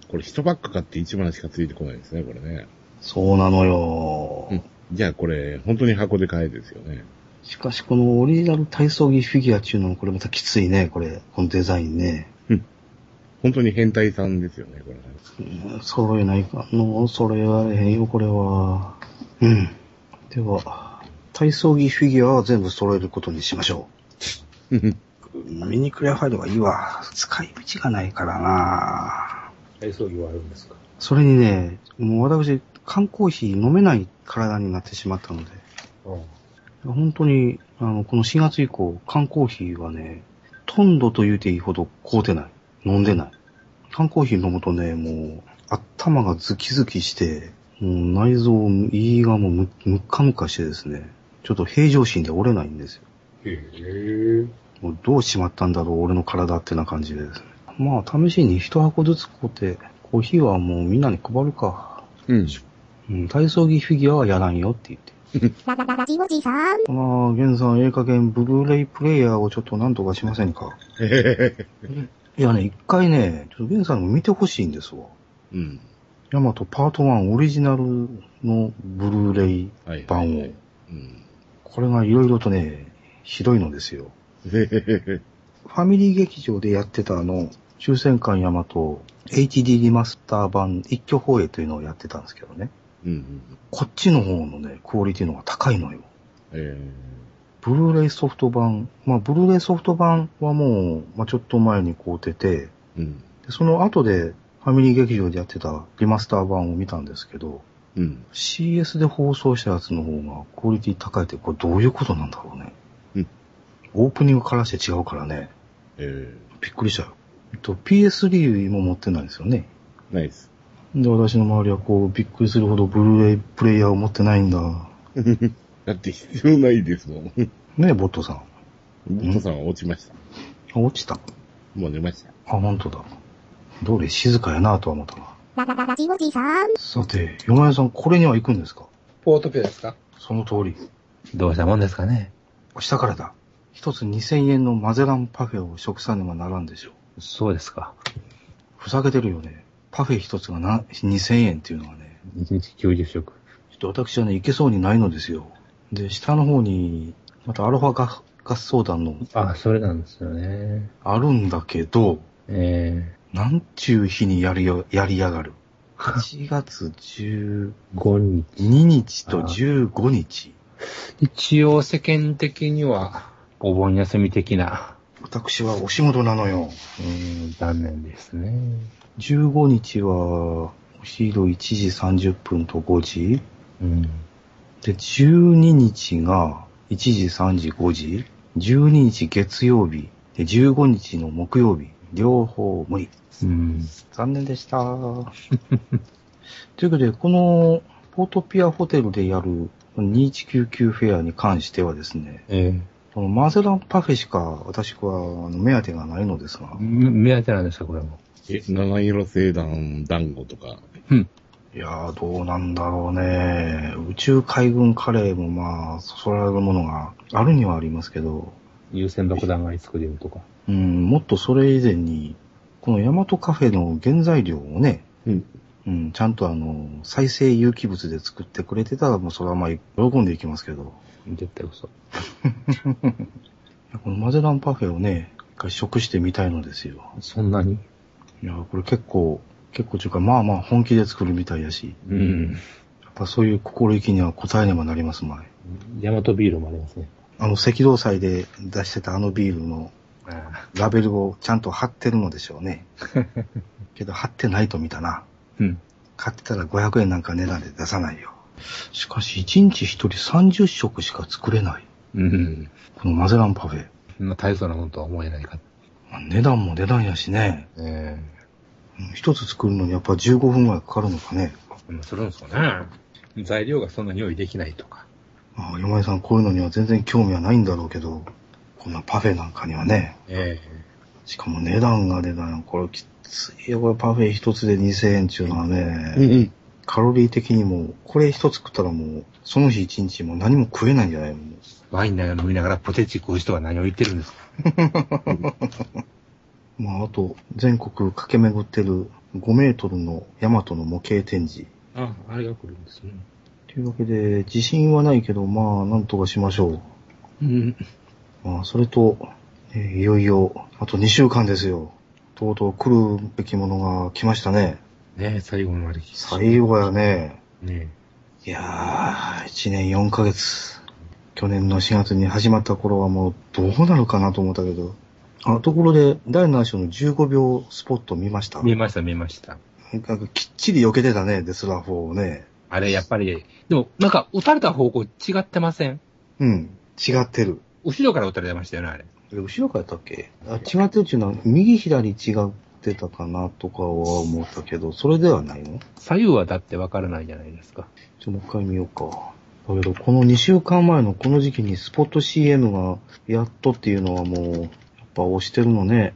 これ一パック買って一枚しかついてこないですね、これね。そうなのよ。うんじゃあこれ、本当に箱で買えですよね。しかしこのオリジナル体操着フィギュアっていうのもこれまたきついね、これ。このデザインね。本当に変態さんですよね、これね。うん揃えないかの、揃えられへんよ、これは。うん。では、体操着フィギュアは全部揃えることにしましょう。ミニクリアファイルはいいわ。使い道がないからな体操着はあるんですかそれにね、もう私、缶コーヒー飲めない体になってしまったので、うん。本当に、あの、この4月以降、缶コーヒーはね、トンドと言うていいほど凍てない。飲んでない。缶コーヒー飲むとね、もう、頭がズキズキして、もう内臓、胃がもうむ、むっかむかしてですね、ちょっと平常心で折れないんですよ。へえ。もうどうしまったんだろう、俺の体ってな感じでですね。まあ、試しに一箱ずつ買って、コーヒーはもうみんなに配るか。うん。うん、体操着フィギュアはやらんよって言って。ララララジオジさーん。まあ、ゲンさん、ええ加減、ブルーレイプレイヤーをちょっとなんとかしませんか。へへへへいやね、一回ね、ちょっとゲンさんにも見てほしいんですわ。うん。ヤマトパート1オリジナルのブルーレイはい。版を。うん。これがいろいろとね、ひどいのですよ。へへへへ。ファミリー劇場でやってたあの、終戦艦ヤマト HD リマスター版一挙放映というのをやってたんですけどね。うんうん。こっちの方のね、クオリティの方が高いのよ。えブルーレイソフト版。まあ、ブルーレイソフト版はもう、まあ、ちょっと前に買うてて、ー。うん。でその後で、ファミリー劇場でやってたリマスター版を見たんですけど、うん。 CS で放送したやつの方がクオリティ高いって、これどういうことなんだろうね。うん。オープニングからして違うからね、えー。びっくりしたよ。えっと、PS3 も持ってないんですよね。ナイス。で、私の周りはこう、びっくりするほどブルーレイプレイヤーを持ってないんだ。 *laughs* だって必要ないですもん。ねえ、ボットさん。ボトさんは落ちました。あ、落ちた。もう寝ました。あ、本当だ。どれ静かやなとは思ったな。ララララジオジさーん。さて、山屋さん、これには行くんですかポートピアですかその通り。どうしたもんですかね。下からだ。一つ2000円のマゼランパフェを食さねばならんでしょう。そうですか。ふざけてるよね。パフェ一つがな2000円っていうのはね、一日90食。ちょっと私はね、いけそうにないのですよ。で、下の方に、またアロハガ合奏団のあ、それなんですよね。あるんだけど、えなんちゅう日にやりよ、やりやがる。8月12ー、5日。日と15日。一応世間的には、お盆休み的な。私はお仕事なのよ。うーん、残念ですね。 15日は、お昼1時30分と5時。うん。で、12日が1時、3時、5時、12日月曜日、で15日の木曜日、両方無理。うん。残念でした。 *laughs* ということで、このポートピアホテルでやる2199フェアに関してはですね、えこのマゼランパフェしか私はあの目当てがないのですがー、、目当てなんですか、これも。え、七色星団団子とか。いやーどうなんだろうね。宇宙海軍カレーもまあ、そそられるものがあるにはありますけど、優先爆弾が作れるとか。うん、もっとそれ以前に、このヤマトカフェの原材料をね、うん。うん、ちゃんとあの、再生有機物で作ってくれてたら、もうそれはまあ、喜んでいきますけど、絶対嘘。このマゼランパフェをね、一回食してみたいのですよ。そんなにいや、これ結構、結構というか、まあまあ本気で作るみたいやし、うん。やっぱそういう心意気には応えねばなりますまい。ヤマトビールもありますね。あの、赤道祭で出してたあのビールのラベルをちゃんと貼ってるのでしょう *laughs* ね。けど貼ってないと見たな。うん。買ってたら500円なんか値段で出さないよ。しかし、1日1人30食しか作れない。うん。このマゼランパフェ。まあ、大層なもんとは思えないか。まあ値段も値段やしね。えうん一つ作るのにやっぱ15分ぐらいかかるのかね。うんまあするんですかね。材料がそんなに用意できないとか。まあ、山井さんこういうのには全然興味はないんだろうけど、こんなパフェなんかにはね。えしかも値段が値段。これきついよ。これパフェ一つで2000円っていうのはね。うん。カロリー的にも、これ一つ食ったらもう、その日一日もう何も食えないんじゃないのワインなんか飲みながらポテチ食う人は何を言ってるんですかまあ、あと、全国駆け巡ってる5メートルのヤマトの模型展示。えあ、あれが来るんですね。というわけで、自信はないけど、まあ、なんとかしましょう。うん。まあ、それと、えーいよいよ、あと2週間ですよ。とうとう来るべきものが来ましたね。ねえ、最後まで聞最後やね。ねいやー、1年4ヶ月。去年の4月に始まった頃はもうどうなるかなと思ったけど。あ、ところで、第7章の15秒スポット見ましたえ。見えました、見えました。なんかきっちり避けてたね、デスラフォーをね。あれ、やっぱり、でも、なんか、撃たれた方向違ってませんうん。違ってる。後ろから撃たれてましたよね、あれ。後ろからやったっけあ違ってるっていうのは、右左違うってたかなとかは思ったけど、それではないの左右はだってわからないじゃないですか。ちょっともう一回見ようか。だけど、この2週間前のこの時期にスポット CM がやっとっていうのはもう、やっぱ押してるのね。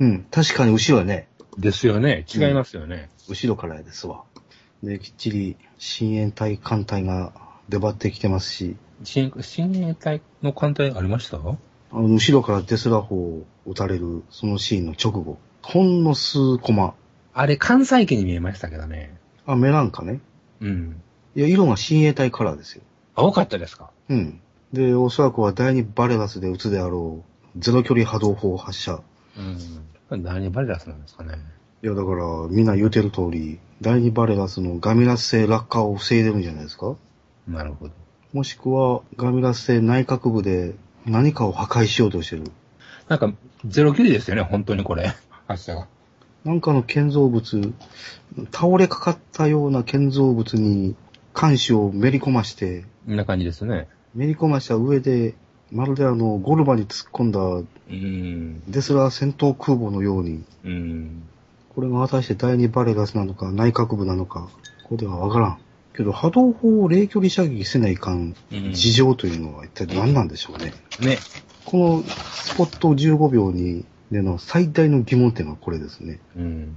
うんうん、確かに後ろやね。ですよね。違いますよね。後ろからやですわ。で、きっちり、新縁体艦隊が出張ってきてますし、新、新衛隊の艦隊ありましたあの、後ろからデスラ砲を撃たれる、そのシーンの直後。ほんの数コマ。あれ、関西機に見えましたけどね。あ、目なんかね。うん。いや、色が新衛隊カラーですよ。青かったですかうん。で、おそらくは第2バレラスで撃つであろう、ゼロ距離波動砲発射。うん。何バレラスなんですかね。いや、だから、みんな言うてる通り、第2バレラスのガミラス製落下を防いでるんじゃないですかなるほど。もしくは、ガミラス製内閣部で何かを破壊しようとしてる。なんか、ゼロ距離ですよね、本当にこれ。発射が。なんかの建造物、倒れかかったような建造物に、監視をめり込まして、こんな感じですね。めり込ました上で、まるであの、ゴルバに突っ込んだうん。デスラー戦闘空母のように、うん。これが果たして第2バレガスなのか、内閣部なのか、ここではわからん。けど、波動砲を霊距離射撃せないかんうん事情というのは一体何なんでしょうね。ね。このスポット15秒に、での最大の疑問点はこれですね。うん。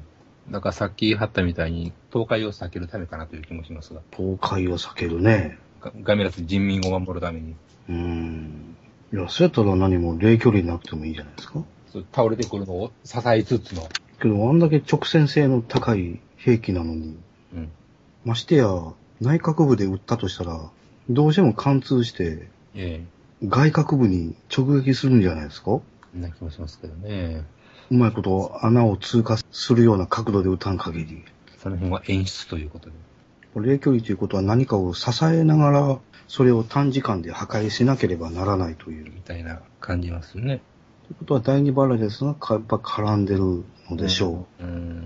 なんかさっき言ったみたいに、倒壊を避けるためかなという気もしますが。崩壊を避けるね。ガガミラス人民を守るために。うーん。いや、そうやったら何も霊距離なくてもいいじゃないですか。そう倒れてくるのを支えつつの。けど、あんだけ直線性の高い兵器なのに、うん。ましてや、内閣部で撃ったとしたら、どうしても貫通して、え外閣部に直撃するんじゃないですかえ。な気もしますけどね。うまいこと穴を通過するような角度で撃たん限り、その辺は演出ということで。霊距離ということは何かを支えながら、それを短時間で破壊しなければならないという。といみたいな感じますね。うことは第二バラレスがかやっぱ絡んでるのでしょうん。う。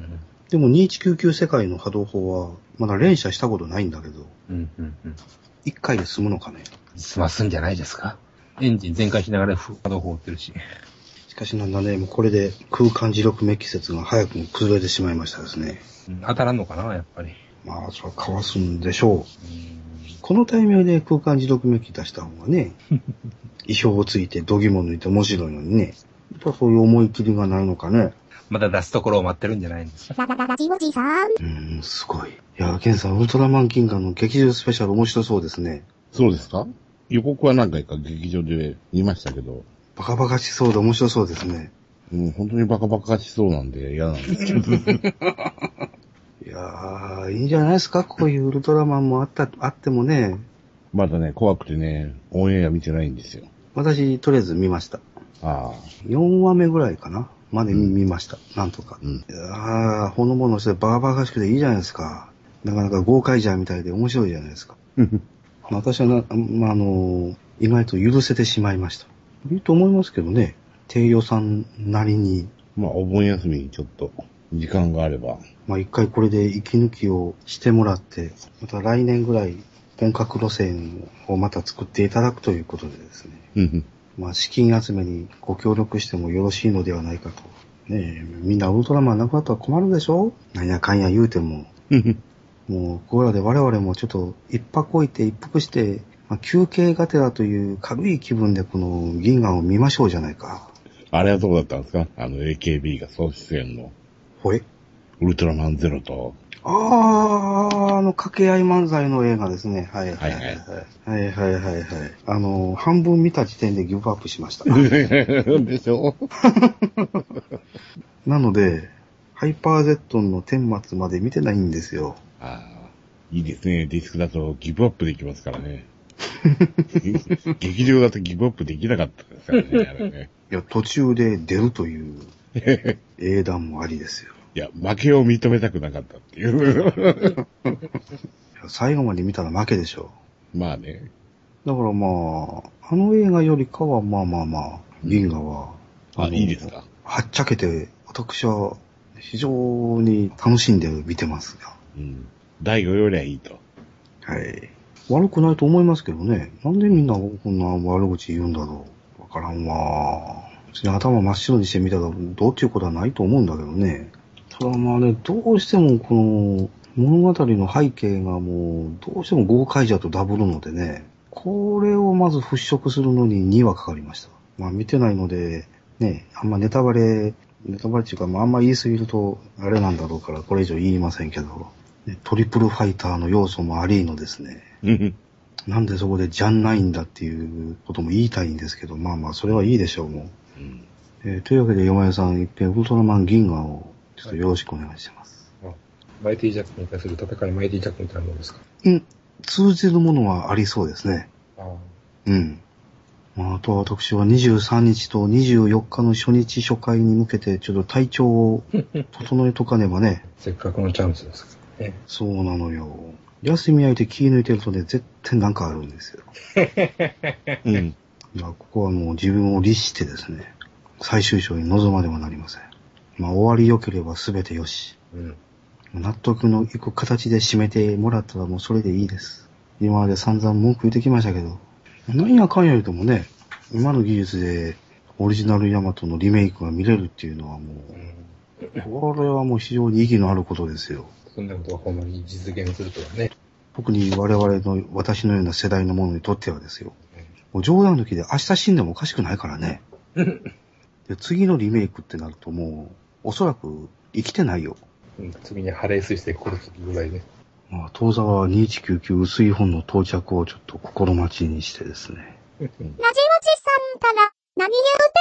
でも2199世界の波動砲は、まだ連射したことないんだけど、うん、うん、うん。 1回で済むのかね。済ますんじゃないですか。エンジン全開しながら、ふ、あの、放ってるし。しかしなんだね、もうこれで空間磁力メッキ説が早くも崩れてしまいましたですね。うん当たらんのかな、やっぱり。まあ、それはかわすんでしょう。うんこのタイミングで空間自読メッキ出した方が *laughs* ね、意表をついて度肝を抜いて面白いのにね、やっぱそういう思い切りがないのかね。まだ出すところを待ってるんじゃないんですか。ララララジオジさん。うーん、すごい。いや、ケンさん、ウルトラマン金河の劇場スペシャル面白そうですね。そうですか予告は何回か劇場で見ましたけど、バカバカしそうで面白そうですね。もう本当にバカバカしそうなんで嫌なんです *laughs* けど。いやー、いいんじゃないですかこういうウルトラマンもあった、あってもね。まだね、怖くてね、オンエア見てないんですよ。私、とりあえず見ました。ああ。 4話目ぐらいかなまで見ました。なんとか。うん。いやー、ほのぼのしてバカバカしくていいじゃないですか。なかなか豪快じゃんみたいで面白いじゃないですか。私はな、まあ、あの、意外と許せてしまいました。いいと思いますけどね。低予算なりに、まあ、お盆休みにちょっと、時間があれば。まあ、一回これで息抜きをしてもらって、また来年ぐらい本格路線をまた作っていただくということでですね。うん。まあ、資金集めにご協力してもよろしいのではないかと。ねえ、みんなウルトラマンなくなったら困るでしょなんやかんや言うて *laughs* も。うん。もう、ここらで我々もちょっと一泊置いて一服して、まあ、休憩がてらという軽い気分でこの銀河を見ましょうじゃないか。あれはどうだったんですかあの、AKB が総出演の、ほえウルトラマンゼロと、あー、あの、掛け合い漫才の映画ですね。はいはいはい。はいはいはいはい。あの、半分見た時点でギブアップしました。でしょなので、ハイパーゼットンの顛末まで見てないんですよ。ああ。いいですね。ディスクだとギブアップできますか *laughs* らね。劇場だとギブアップできなかったですからね、あれね。いや、途中で出るという、英断もありですよ。いや、負けを認めたくなかったっ *laughs* ていう。いや最後まで見たら負けでしょまあね。う。だからまあ、あの映画よりかはまあまあまあ、銀河は、あ、のいいですか。はっちゃけて、私は非常に楽しんで見てますが。うん。第5よりはいいと。はい。悪くないと思いますけどね。なんでみんなこんな悪口言うんだろう。わからんわ。別に頭真っ白にしてみたらどうっていうことはないと思うんだけどね。ただまあね、どうしてもこの物語の背景がもうどうしても豪快じゃとダブるのでね、これをまず払拭するのに2はかかりました。まあ見てないので、ね、あんまネタバレ、ネタバレっていうか、まああんま言いすぎるとあれなんだろうからこれ以上言いませんけど、ねトリプルファイターの要素もありのですね、うん。なんでそこでじゃんないんだっていうことも言いたいんですけど、まあまあそれはいいでしょうもう。うんえーというわけで、山屋さん、一遍ウルトラマン銀河を、ちょっとよろしくお願いします。マイティジャックに対する戦い、マイティジャックみたいなものですか。うん。通じるものはありそうですね。ああ。うん。まあ、あとは私は23日と24日の初日初回に向けて、ちょっと体調を整えとかねばね。せっかくのチャンスですからね。そうなのよ。休み相手気抜いてるとね、絶対なんかあるんですよ。うん。まあ、ここはもう自分を律してですね、最終章に臨まねばなりません。まあ、終わり良ければ全て良し。うん。納得のいく形で締めてもらったらもうそれでいいです。今まで散々文句言ってきましたけど、何やかんや言うともね、今の技術でオリジナルヤマトのリメイクが見れるっていうのはもうん。う、これはもう非常に意義のあることですよ。そんなことがほんまに実現するとはね。特に我々の、私のような世代のものにとってはですよ。もう冗談抜きで明日死んでもおかしくないからね。で次のリメイクってなるともう、おそらく生きてないよ。うん。次にハレースして殺すぐらいね。まあ、東沢2199薄い本の到着をちょっと心待ちにしてですね。ラジオチさんから何言うて